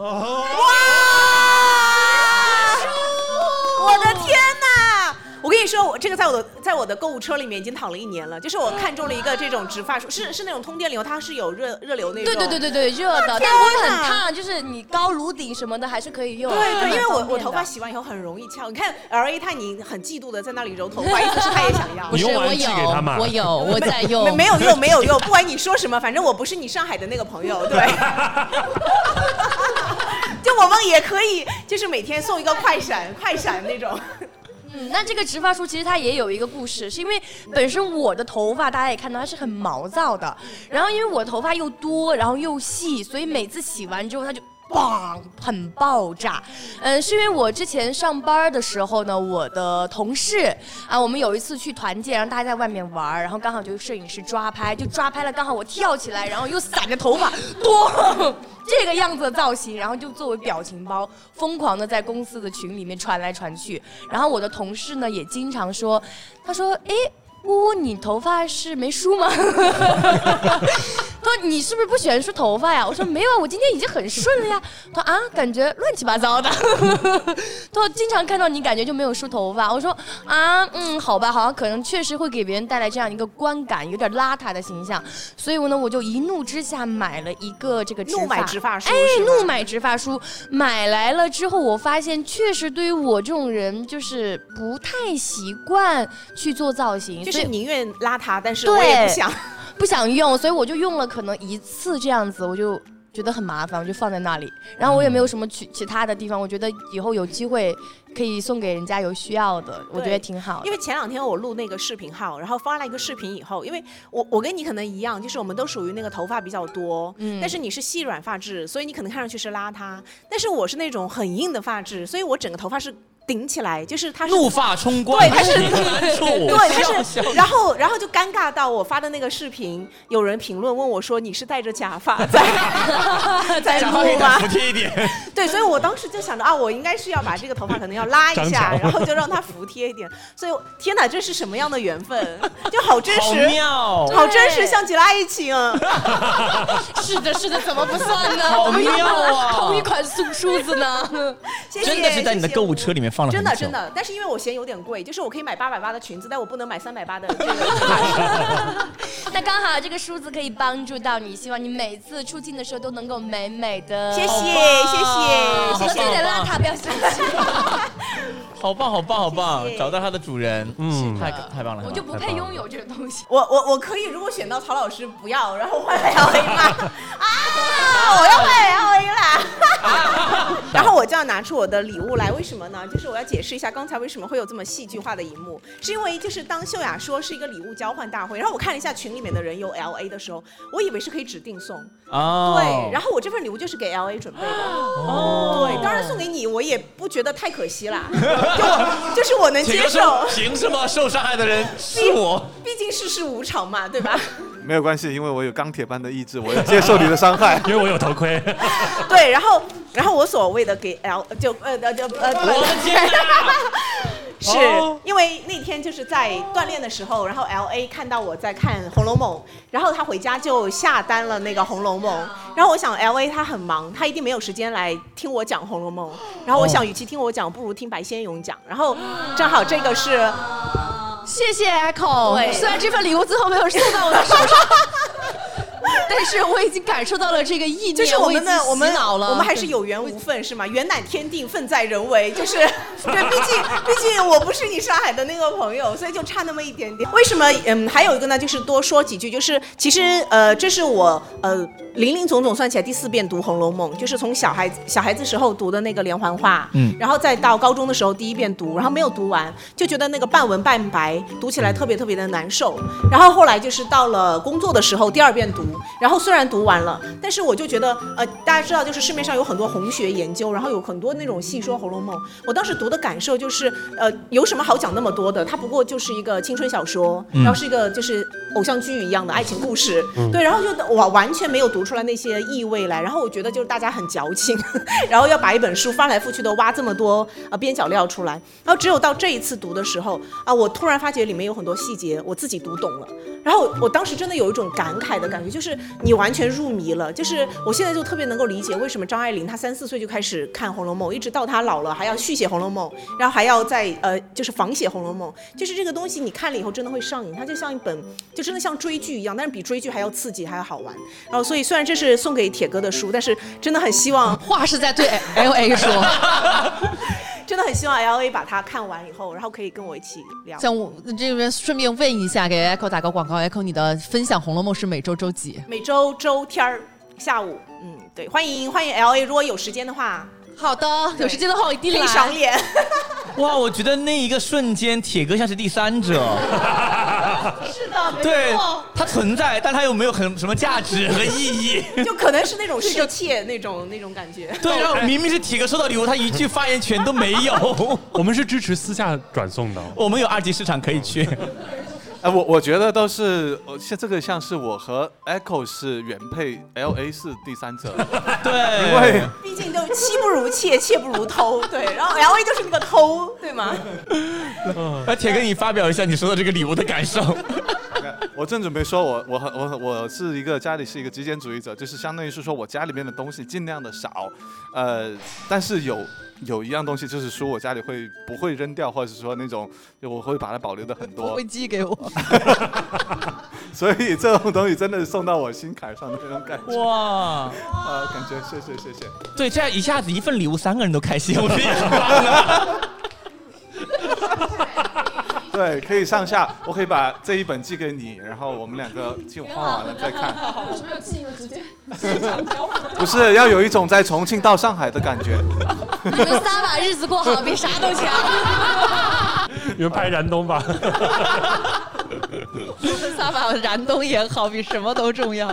[SPEAKER 7] 我的天哪！我跟你说，我这个在我的在我的购物车里面已经躺了一年了。就是我看中了一个这种直发梳，是是那种通电流，它是有热热流那种。
[SPEAKER 6] 对对对对对，热的，但不会很烫，就是你高颅顶什么的还是可以用。
[SPEAKER 7] 对对，因为
[SPEAKER 6] 很
[SPEAKER 7] 我
[SPEAKER 6] 方便
[SPEAKER 7] 我头
[SPEAKER 6] 的
[SPEAKER 7] 发洗完以后很容易翘。你看 L A 他，你很嫉妒的在那里揉头发，意思是他也想要。
[SPEAKER 8] 不是
[SPEAKER 1] 你用完
[SPEAKER 8] 我
[SPEAKER 1] 寄给他嘛
[SPEAKER 8] 有，我有，我在
[SPEAKER 7] 没
[SPEAKER 8] 用，
[SPEAKER 7] 没没有用，没有用。不管你说什么，反正我不是你上海的那个朋友， 对。就我们也可以，就是每天送一个快闪，快闪那种。
[SPEAKER 6] 嗯，那这个直发梳其实它也有一个故事，是因为本身我的头发大家也看到它是很毛躁的，然后因为我头发又多，然后又细，所以每次洗完之后它就。砰，很爆炸。嗯，是因为我之前上班的时候呢，我的同事啊，我们有一次去团建，然后大家在外面玩儿，然后刚好就有摄影师抓拍，就抓拍了，刚好我跳起来，然后又散着头发，咚，这个样子的造型，然后就作为表情包，疯狂的在公司的群里面传来传去。然后我的同事呢，也经常说，他说，哎。呜呜，你头发是没梳吗？ 他说你是不是不喜欢梳头发呀？我说没有啊，我今天已经很顺了呀。他说啊，感觉乱七八糟的。 他说经常看到你，感觉就没有梳头发。我说啊，嗯，好吧，好像可能确实会给别人带来这样一个观感，有点邋遢的形象。所以呢，我就一怒之下买了一个这个直发
[SPEAKER 7] 怒买直发梳
[SPEAKER 6] 哎
[SPEAKER 7] 是，吗
[SPEAKER 6] 怒买直发梳。买来了之后，我发现确实对于我这种人，就是不太习惯去做造型，
[SPEAKER 7] 就
[SPEAKER 6] 所
[SPEAKER 7] 是
[SPEAKER 6] 以
[SPEAKER 7] 宁愿邋遢，但是
[SPEAKER 6] 对，
[SPEAKER 7] 我也不想。
[SPEAKER 6] 不想用，所以我就用了可能一次这样子，我就觉得很麻烦，我就放在那里。然后我也没有什么其其他的地方，我觉得以后有机会可以送给人家有需要的，我觉得
[SPEAKER 7] 对
[SPEAKER 6] 挺好的
[SPEAKER 7] 因为前两天我录那个视频号，然后发了一个视频以后，因为我我跟你可能一样，就是我们都属于那个头发比较多，
[SPEAKER 6] 嗯
[SPEAKER 7] 但是你是细软发质，所以你可能看上去是邋遢，但是我是那种很硬的发质，所以我整个头发是。顶起来，就是它是
[SPEAKER 18] 怒发冲冠
[SPEAKER 7] 对，它 是，
[SPEAKER 18] 你拦 住我
[SPEAKER 7] 对，
[SPEAKER 18] 笑
[SPEAKER 7] 它
[SPEAKER 18] 笑
[SPEAKER 7] 是，然后，然后就尴尬到我发的那个视频，有人评论问我说：“你是戴着假发在 在
[SPEAKER 18] 讲话可以
[SPEAKER 7] 录吗
[SPEAKER 18] 讲服？”帖一点。
[SPEAKER 7] 对，所以我当时就想着啊，我应该是要把这个头发可能要拉一
[SPEAKER 18] 张
[SPEAKER 7] 下，
[SPEAKER 18] 角
[SPEAKER 7] 然后就让它服帖一点。所以我天哪，这是什么样的缘分？就好真
[SPEAKER 18] 好
[SPEAKER 7] 实，
[SPEAKER 18] 妙
[SPEAKER 7] 好真实，
[SPEAKER 18] 对
[SPEAKER 7] 像极了爱情啊！
[SPEAKER 6] 是的，是的，怎么不算呢？
[SPEAKER 18] 好
[SPEAKER 6] 怎么用
[SPEAKER 18] 妙啊
[SPEAKER 6] 同一款梳梳子 呢？
[SPEAKER 7] 谢谢
[SPEAKER 18] 真的是在你的购物车里面放了
[SPEAKER 7] 真
[SPEAKER 18] 很
[SPEAKER 7] 的
[SPEAKER 18] 久，
[SPEAKER 7] 真的，但是因为我嫌有点贵，就是我可以买八百八的裙子，但我不能买三百八的。
[SPEAKER 6] 那刚好这个梳子可以帮助到你，希望你每次出镜的时候都能够美美的。
[SPEAKER 7] 谢谢
[SPEAKER 6] 好棒
[SPEAKER 7] 谢谢
[SPEAKER 6] 好了
[SPEAKER 7] 谢谢
[SPEAKER 6] 有点邋遢不要生气。
[SPEAKER 18] 好棒好棒好棒，找到它的主人，嗯，太太棒了，
[SPEAKER 6] 我就不配拥有这个东西。
[SPEAKER 7] 我我我可以，如果选到曹老师不要，然后换 L A 吗？ 啊，我要换 L A 啦！然后我就要拿出我的礼物来，为什么呢？就是我要解释一下刚才为什么会有这么戏剧化的一幕，是因为就是当秀雅说是一个礼物交换大会，然后我看了一下群里面的人有 L A 的时候，我以为是可以指定送，
[SPEAKER 18] 哦
[SPEAKER 7] 对，然后我这份礼物就是给 L A 准备的，哦，对，当然送给你，我也不觉得太可惜啦，就我就是我能接受，
[SPEAKER 18] 凭什么受伤害的人是 我？
[SPEAKER 7] 毕竟世事无常嘛，对吧？
[SPEAKER 5] 没有关系，因为我有钢铁般的意志，我要接受你的伤害，
[SPEAKER 1] 因为我有头盔。
[SPEAKER 7] 对，然后然后我所谓的给 L 就呃呃就呃，
[SPEAKER 18] 我的天
[SPEAKER 7] 是
[SPEAKER 18] 哦
[SPEAKER 7] 因为那天就是在锻炼的时候，然后 L A 看到我在看《红楼梦》，然后他回家就下单了那个《红楼梦》，
[SPEAKER 8] 哦
[SPEAKER 7] 然后我想 L A 他很忙，他一定没有时间来听我讲《红楼梦》，然后我想
[SPEAKER 18] 哦
[SPEAKER 7] 与其听我讲，不如听白先勇讲，然后正好这个是。
[SPEAKER 8] 哦谢谢 Echo。
[SPEAKER 7] 对
[SPEAKER 8] 虽然这份礼物最后没有送到我的手上，
[SPEAKER 10] 但是我已经感受到了这个意念，
[SPEAKER 7] 就是我们的我们
[SPEAKER 10] 我已经洗脑了
[SPEAKER 7] 我们还是有缘无分是吗？缘乃天定，分在人为，就 是对，毕竟毕竟我不是你上海的那个朋友，所以就差那么一点点。为什么？嗯，还有一个呢，就是多说几句，就是其实呃，这是我呃零零总总算起来第四遍读《红楼梦》，就是从小孩小孩子时候读的那个连环画，
[SPEAKER 20] 嗯
[SPEAKER 7] 然后再到高中的时候第一遍读，然后没有读完，就觉得那个半文半白，读起来特别特别的难受。然后后来就是到了工作的时候，第二遍读，然后虽然读完了，但是我就觉得，呃，大家知道，就是市面上有很多红学研究，然后有很多那种戏说《红楼梦》，我当时读的感受就是，呃，有什么好讲那么多的？它不过就是一个青春小说，
[SPEAKER 20] 嗯
[SPEAKER 7] 然后是一个就是偶像剧一样的爱情故事，
[SPEAKER 20] 嗯
[SPEAKER 7] 对，然后就我完全没有读出来那些意味来。然后我觉得就是大家很矫情， 然后要把一本书翻来覆去的挖这么多呃边角料出来，然后只有到这一次读的时候啊，我突然发觉里面有很多细节我自己读懂了，然后我当时真的有一种感慨的感觉，就是你完全入迷了，就是我现在就特别能够理解为什么张爱玲她三四岁就开始看《红楼梦》，一直到她老了还要续写《红楼梦》，然后还要再呃就是仿写《红楼梦》，就是这个东西你看了以后真的会上瘾，它就像一本就真的像追剧一样，但是比追剧还要刺激还要好玩。然后所以虽然这是送给铁哥的书，但是真的很希望
[SPEAKER 10] 话是在 对 L A 说，
[SPEAKER 7] 真的很希望 L A 把它看完以后，然后可以跟我一起聊。
[SPEAKER 8] 像我这边顺便问一下，给 Echo 打个广告，Echo 你的分享《红楼梦》是每周周 几？
[SPEAKER 7] 每周周天儿下午，嗯，对，欢迎欢迎 L A，如果有时间的话，
[SPEAKER 10] 好的，有时间的话我一定
[SPEAKER 7] 可以
[SPEAKER 10] 来
[SPEAKER 7] 赏脸。
[SPEAKER 18] 哇，我觉得那一个瞬间，铁哥像是第三者，
[SPEAKER 7] 是的，
[SPEAKER 18] 对，他存在，但他又没有很什么价值和意义。
[SPEAKER 7] 就可能是那种世界那种 那种感觉。
[SPEAKER 18] 对，然后明明是铁哥收到礼物，他一句发言权都没有。 哦
[SPEAKER 1] 我们是支持私下转送的，
[SPEAKER 18] 我们有二级市场可以去。
[SPEAKER 5] 哎，我我觉得都是，我像这个像是我和 Echo 是原配，L A 是第三者，
[SPEAKER 18] 对，
[SPEAKER 5] 因为
[SPEAKER 7] 毕竟都妻不如妾，妾不如偷， 对，然后 L A 就是那个偷，对 吗？
[SPEAKER 18] 那铁哥，你发表一下你收到这个礼物的感受。
[SPEAKER 5] 我正准备说我，我很我很我是一个家里是一个极简主义者，就是相当于是说我家里面的东西尽量的少，呃，但是有有一样东西就是书，我家里会不会扔掉，或者是说那种就我会把它保留的很多
[SPEAKER 8] 会，寄给我。
[SPEAKER 5] 所以这种东西真的是送到我心坎上的那种感觉。
[SPEAKER 18] 哇，
[SPEAKER 5] 呃，感觉谢谢谢谢。
[SPEAKER 18] 对，这样一下子一份礼物，三个人都开心，我觉得也很棒
[SPEAKER 5] 对，可以上下，我可以把这一本寄给你，然后我们两个就画完了再 看。
[SPEAKER 20] 我没有记，我 直接
[SPEAKER 5] 不是要有一种在重庆到上海的感觉。
[SPEAKER 10] 你们仨把日子过好，比啥都强。
[SPEAKER 1] 你们拍燃冬吧。
[SPEAKER 8] 撒把燃冬也好，比什么都重要。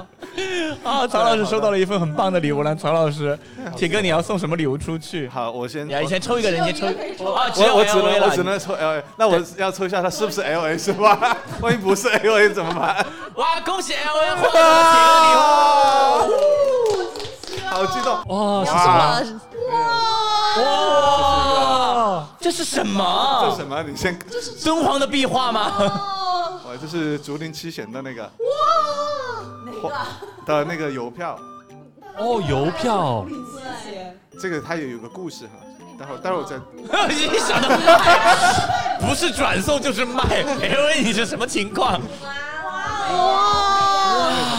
[SPEAKER 18] 啊！曹老师收到了一份很棒的礼物了。曹老师，铁哥，你要送什么礼物出去？
[SPEAKER 5] 好，我先，
[SPEAKER 18] 哎你先抽一个人，先抽一个。啊，
[SPEAKER 5] 我我只
[SPEAKER 18] LV
[SPEAKER 5] 能
[SPEAKER 18] 了
[SPEAKER 5] 我只能抽 L A，那我要抽一下它是不是 L A 是吧？万一不是 L A 怎么办？
[SPEAKER 18] 哇，恭喜 L A 获得了铁哥礼物。
[SPEAKER 5] 好激动！
[SPEAKER 18] 哇
[SPEAKER 5] 哇
[SPEAKER 18] 哇！这是什么？
[SPEAKER 5] 这是什么？你先，
[SPEAKER 18] 这是敦煌的壁画 吗？
[SPEAKER 5] 我这是竹林七贤的那个
[SPEAKER 20] 哇，
[SPEAKER 5] 的那个邮票，
[SPEAKER 1] 哦，邮票，
[SPEAKER 5] 这个它也有个故事哈，待会儿待会儿再。
[SPEAKER 18] 你想的不是转送就是卖，L A 你是什么情况？
[SPEAKER 2] 啊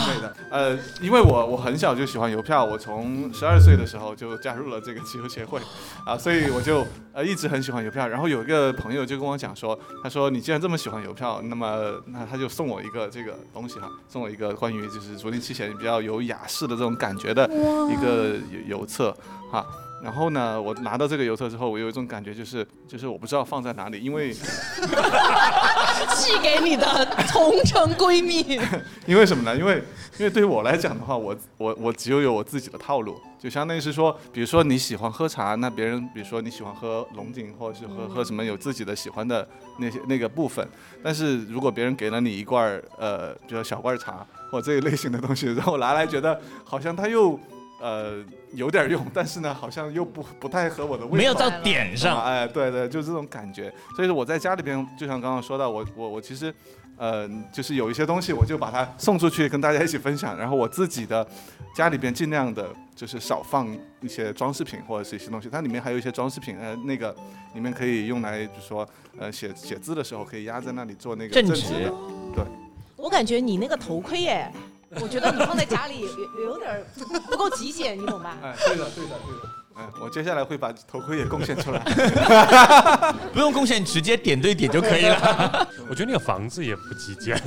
[SPEAKER 5] 对的，呃，因为我我很小就喜欢邮票，我从十二岁的时候就加入了这个集邮协会，啊，所以我就呃一直很喜欢邮票。然后有一个朋友就跟我讲说，他说你既然这么喜欢邮票，那么那他就送我一个这个东西哈，送我一个关于就是竹林七贤比较有雅士的这种感觉的
[SPEAKER 20] 哇
[SPEAKER 5] 一个邮邮册哈。然后呢，我拿到这个邮册之后，我有一种感觉，就是就是我不知道放在哪里，因为
[SPEAKER 8] 寄给你的同城闺蜜。
[SPEAKER 5] 因为什么呢？因为因为对于我来讲的话，我我我只有有我自己的套路，就相当于是说，比如说你喜欢喝茶，那别人比如说你喜欢喝龙井或者是喝
[SPEAKER 4] 嗯
[SPEAKER 5] 喝什么有自己的喜欢的那些那个部分，但是如果别人给了你一罐儿呃，比如小罐儿茶或这一类型的东西，然后我拿来觉得好像它又。呃，有点用，但是呢，好像又不不太合我的胃口，
[SPEAKER 18] 没有到点上
[SPEAKER 5] 啊哎，对对，就这种感觉。所以说我在家里边，就像刚刚说到，我我我其实，呃，就是有一些东西，我就把它送出去，跟大家一起分享。然后我自己的家里边尽量的，就是少放一些装饰品或者是一些东西。它里面还有一些装饰品，呃，那个你们可以用来，就说，呃，写写字的时候可以压在那里做那个
[SPEAKER 18] 正
[SPEAKER 5] 正
[SPEAKER 18] 直
[SPEAKER 5] 直的，对。
[SPEAKER 14] 我感觉你那个头盔耶，
[SPEAKER 7] 我觉得你放在家里 有有点儿不够极简，你懂吧？
[SPEAKER 5] 哎，对的，对的，对的。哎，我接下来会把头盔也贡献 出来。
[SPEAKER 2] 不用贡献，直接点对点就可以了。
[SPEAKER 1] 我觉得那个房子也不极简。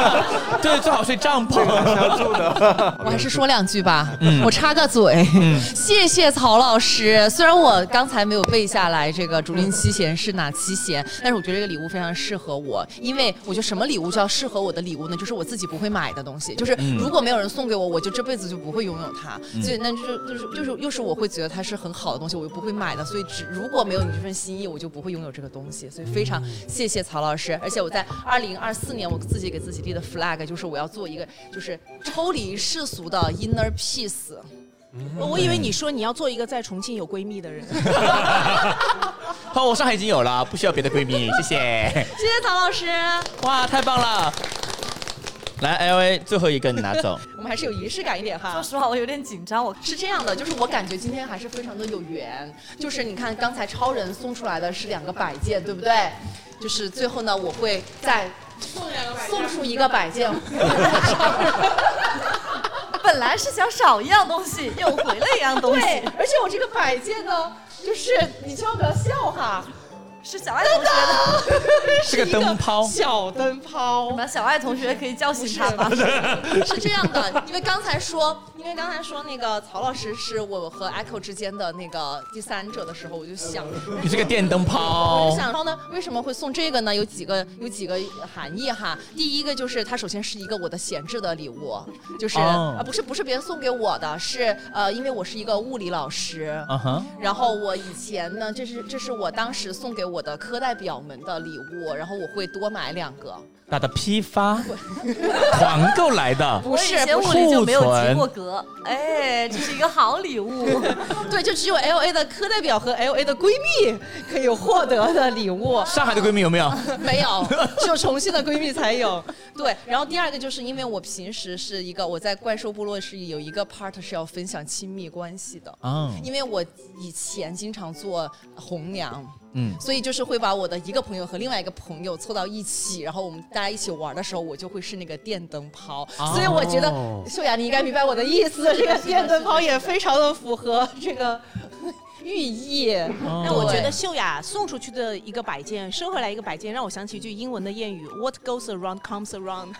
[SPEAKER 2] 对，最好睡帐篷。
[SPEAKER 8] 我还是说两句吧，
[SPEAKER 2] 嗯
[SPEAKER 8] 我插个嘴，谢谢曹老师。虽然我刚才没有背下来这个竹林七贤是哪七贤，但是我觉得这个礼物非常适合我，因为我觉得什么礼物叫适合我的礼物呢？就是我自己不会买的东西，就是
[SPEAKER 6] 嗯
[SPEAKER 8] 如果没有人送给我，我就这辈子就不会拥有它。
[SPEAKER 6] 嗯
[SPEAKER 8] 所以那就是就是就是又是我会觉得它是很好的东西，我又不会买的，所以只如果没有你这份心意，我就不会拥有这个东西。所以非常谢谢曹老师，而且我在二零二四年我自己给自己立的 flag 就是我要做一个就是抽离世俗的 inner peace。
[SPEAKER 7] 我以为你说你要做一个在重庆有闺蜜的人。
[SPEAKER 2] 好，我上海已经有了，不需要别的闺蜜，谢谢。
[SPEAKER 8] 谢谢曹老师，
[SPEAKER 2] 哇，太棒了！来，L A 最后一个你拿 走。
[SPEAKER 8] 我们还是有仪式感一点哈。说实话，我有点紧张。我是这样的，就是我感觉今天还是非常的有缘。就是你看刚才超人送出来的是两个摆件，对不对？就是最后呢，我会再送出一个摆件。 本来是想少一样东西，又回了一样东西。对，而且我这个摆件呢，就是你千万不要笑哈，是小爱同学的，
[SPEAKER 2] 是个灯泡
[SPEAKER 8] 小灯 泡。什么？小爱同学可以叫醒他吗？是这样的，因为刚才说，因为刚才说那个曹老师是我和 Echo 之间的那个第三者的时候，我就想，
[SPEAKER 2] 你是个电灯
[SPEAKER 8] 我
[SPEAKER 2] 泡
[SPEAKER 8] 就。想说呢，为什么会送这个呢？有几个有几个含义哈。第一个就是它首先是一个我的闲置的礼物，就是、
[SPEAKER 2] 哦
[SPEAKER 8] 啊不是不是别人送给我的，是呃因为我是一个物理老师。
[SPEAKER 2] 啊哈，
[SPEAKER 8] 然后我以前呢，这是这是我当时送给我的科代表们的礼物，然后我会多买两个。
[SPEAKER 2] 打的批发，团购来的。
[SPEAKER 8] 不是
[SPEAKER 21] 以前
[SPEAKER 8] 不
[SPEAKER 21] 物
[SPEAKER 8] 是
[SPEAKER 21] 理就没有
[SPEAKER 2] 啊库
[SPEAKER 21] 及
[SPEAKER 2] 存
[SPEAKER 21] 过格，哎，这是一个好礼物。
[SPEAKER 8] 对，就只有 L A 的科代表和 L A 的闺蜜可以获得的礼物。
[SPEAKER 2] 上海的闺蜜有没有？
[SPEAKER 8] 没有，只有重庆的闺蜜才有。对，然后第二个就是因为我平时是一个我在怪兽部落是有一个 part 是要分享亲密关系的，
[SPEAKER 2] 哦
[SPEAKER 8] 因为我以前经常做红娘。
[SPEAKER 2] 嗯
[SPEAKER 8] 所以就是会把我的一个朋友和另外一个朋友凑到一起，然后我们大家一起玩的时候，我就会是那个电灯泡。
[SPEAKER 2] 哦
[SPEAKER 8] 所以我觉得秀雅，你应该明白我的意思，这个电灯泡也非常的符合这个 寓意。
[SPEAKER 7] 那我觉得秀雅送出去的一个摆件，收回来一个摆件，让我想起一句英文的谚语：What goes around comes around。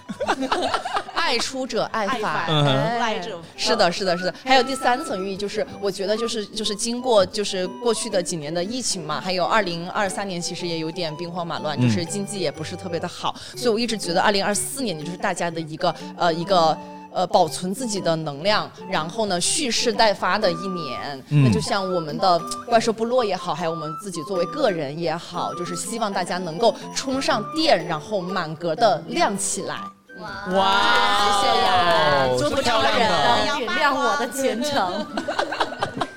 [SPEAKER 8] 爱出者爱
[SPEAKER 7] 爱
[SPEAKER 8] 返
[SPEAKER 7] 返，
[SPEAKER 8] 嗯哼
[SPEAKER 7] 人来者。
[SPEAKER 8] 是的，是的，是的。还有第三层寓意，就是我觉得就是就是经过就是过去的几年的疫情嘛，还有二零二三年其实也有点兵荒马乱，
[SPEAKER 6] 嗯
[SPEAKER 8] 就是经济也不是特别的好，所以我一直觉得二零二四年就是大家的一个呃一个。呃，保存自己的能量，然后呢，蓄势待发的一年。
[SPEAKER 6] 嗯
[SPEAKER 8] 那就像我们的怪兽部落也好，还有我们自己作为个人也好，就是希望大家能够充上电，然后满格的亮起来。
[SPEAKER 12] 哦
[SPEAKER 2] 哇，
[SPEAKER 8] 谢谢呀，
[SPEAKER 2] 是
[SPEAKER 8] 祝福
[SPEAKER 2] 漂
[SPEAKER 8] 超
[SPEAKER 2] 亮的
[SPEAKER 8] 人点亮我的前程。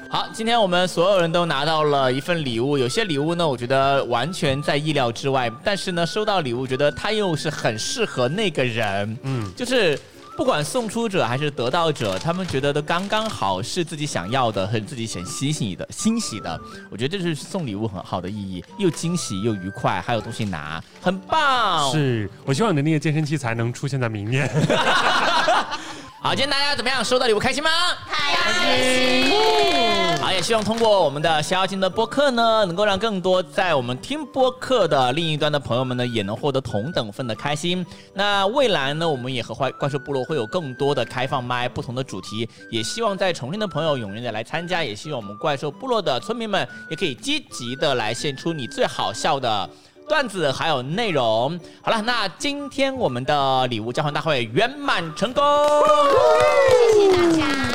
[SPEAKER 2] 好，今天我们所有人都拿到了一份礼物，有些礼物呢，我觉得完全在意料之外，但是呢，收到礼物觉得它又是很适合那个人，嗯，就是。不管送出者还是得到者，他们觉得都刚刚好，是自己想要的，和自己很欣喜的、欣喜的。我觉得这是送礼物很好的意义，又 惊喜又愉快，还有东西拿，很棒。
[SPEAKER 1] 是我希望你的那个健身器材能出现在明年。
[SPEAKER 2] 好，今天大家怎么样？收到礼物开心吗？开心。好，也希望通过我们的逍遥津的播客呢，能够让更多在我们听播客的另一端的朋友们呢，也能获得同等份的开心。那未来呢，我们也和怪怪兽部落会有更多的开放麦，不同的主题，也希望在重庆的朋友踊跃的来参加，也希望我们怪兽部落的村民们也可以积极的来献出你最好笑的。段子还有内容。好了，那今天我们的礼物交换大会圆满成功，谢谢大家。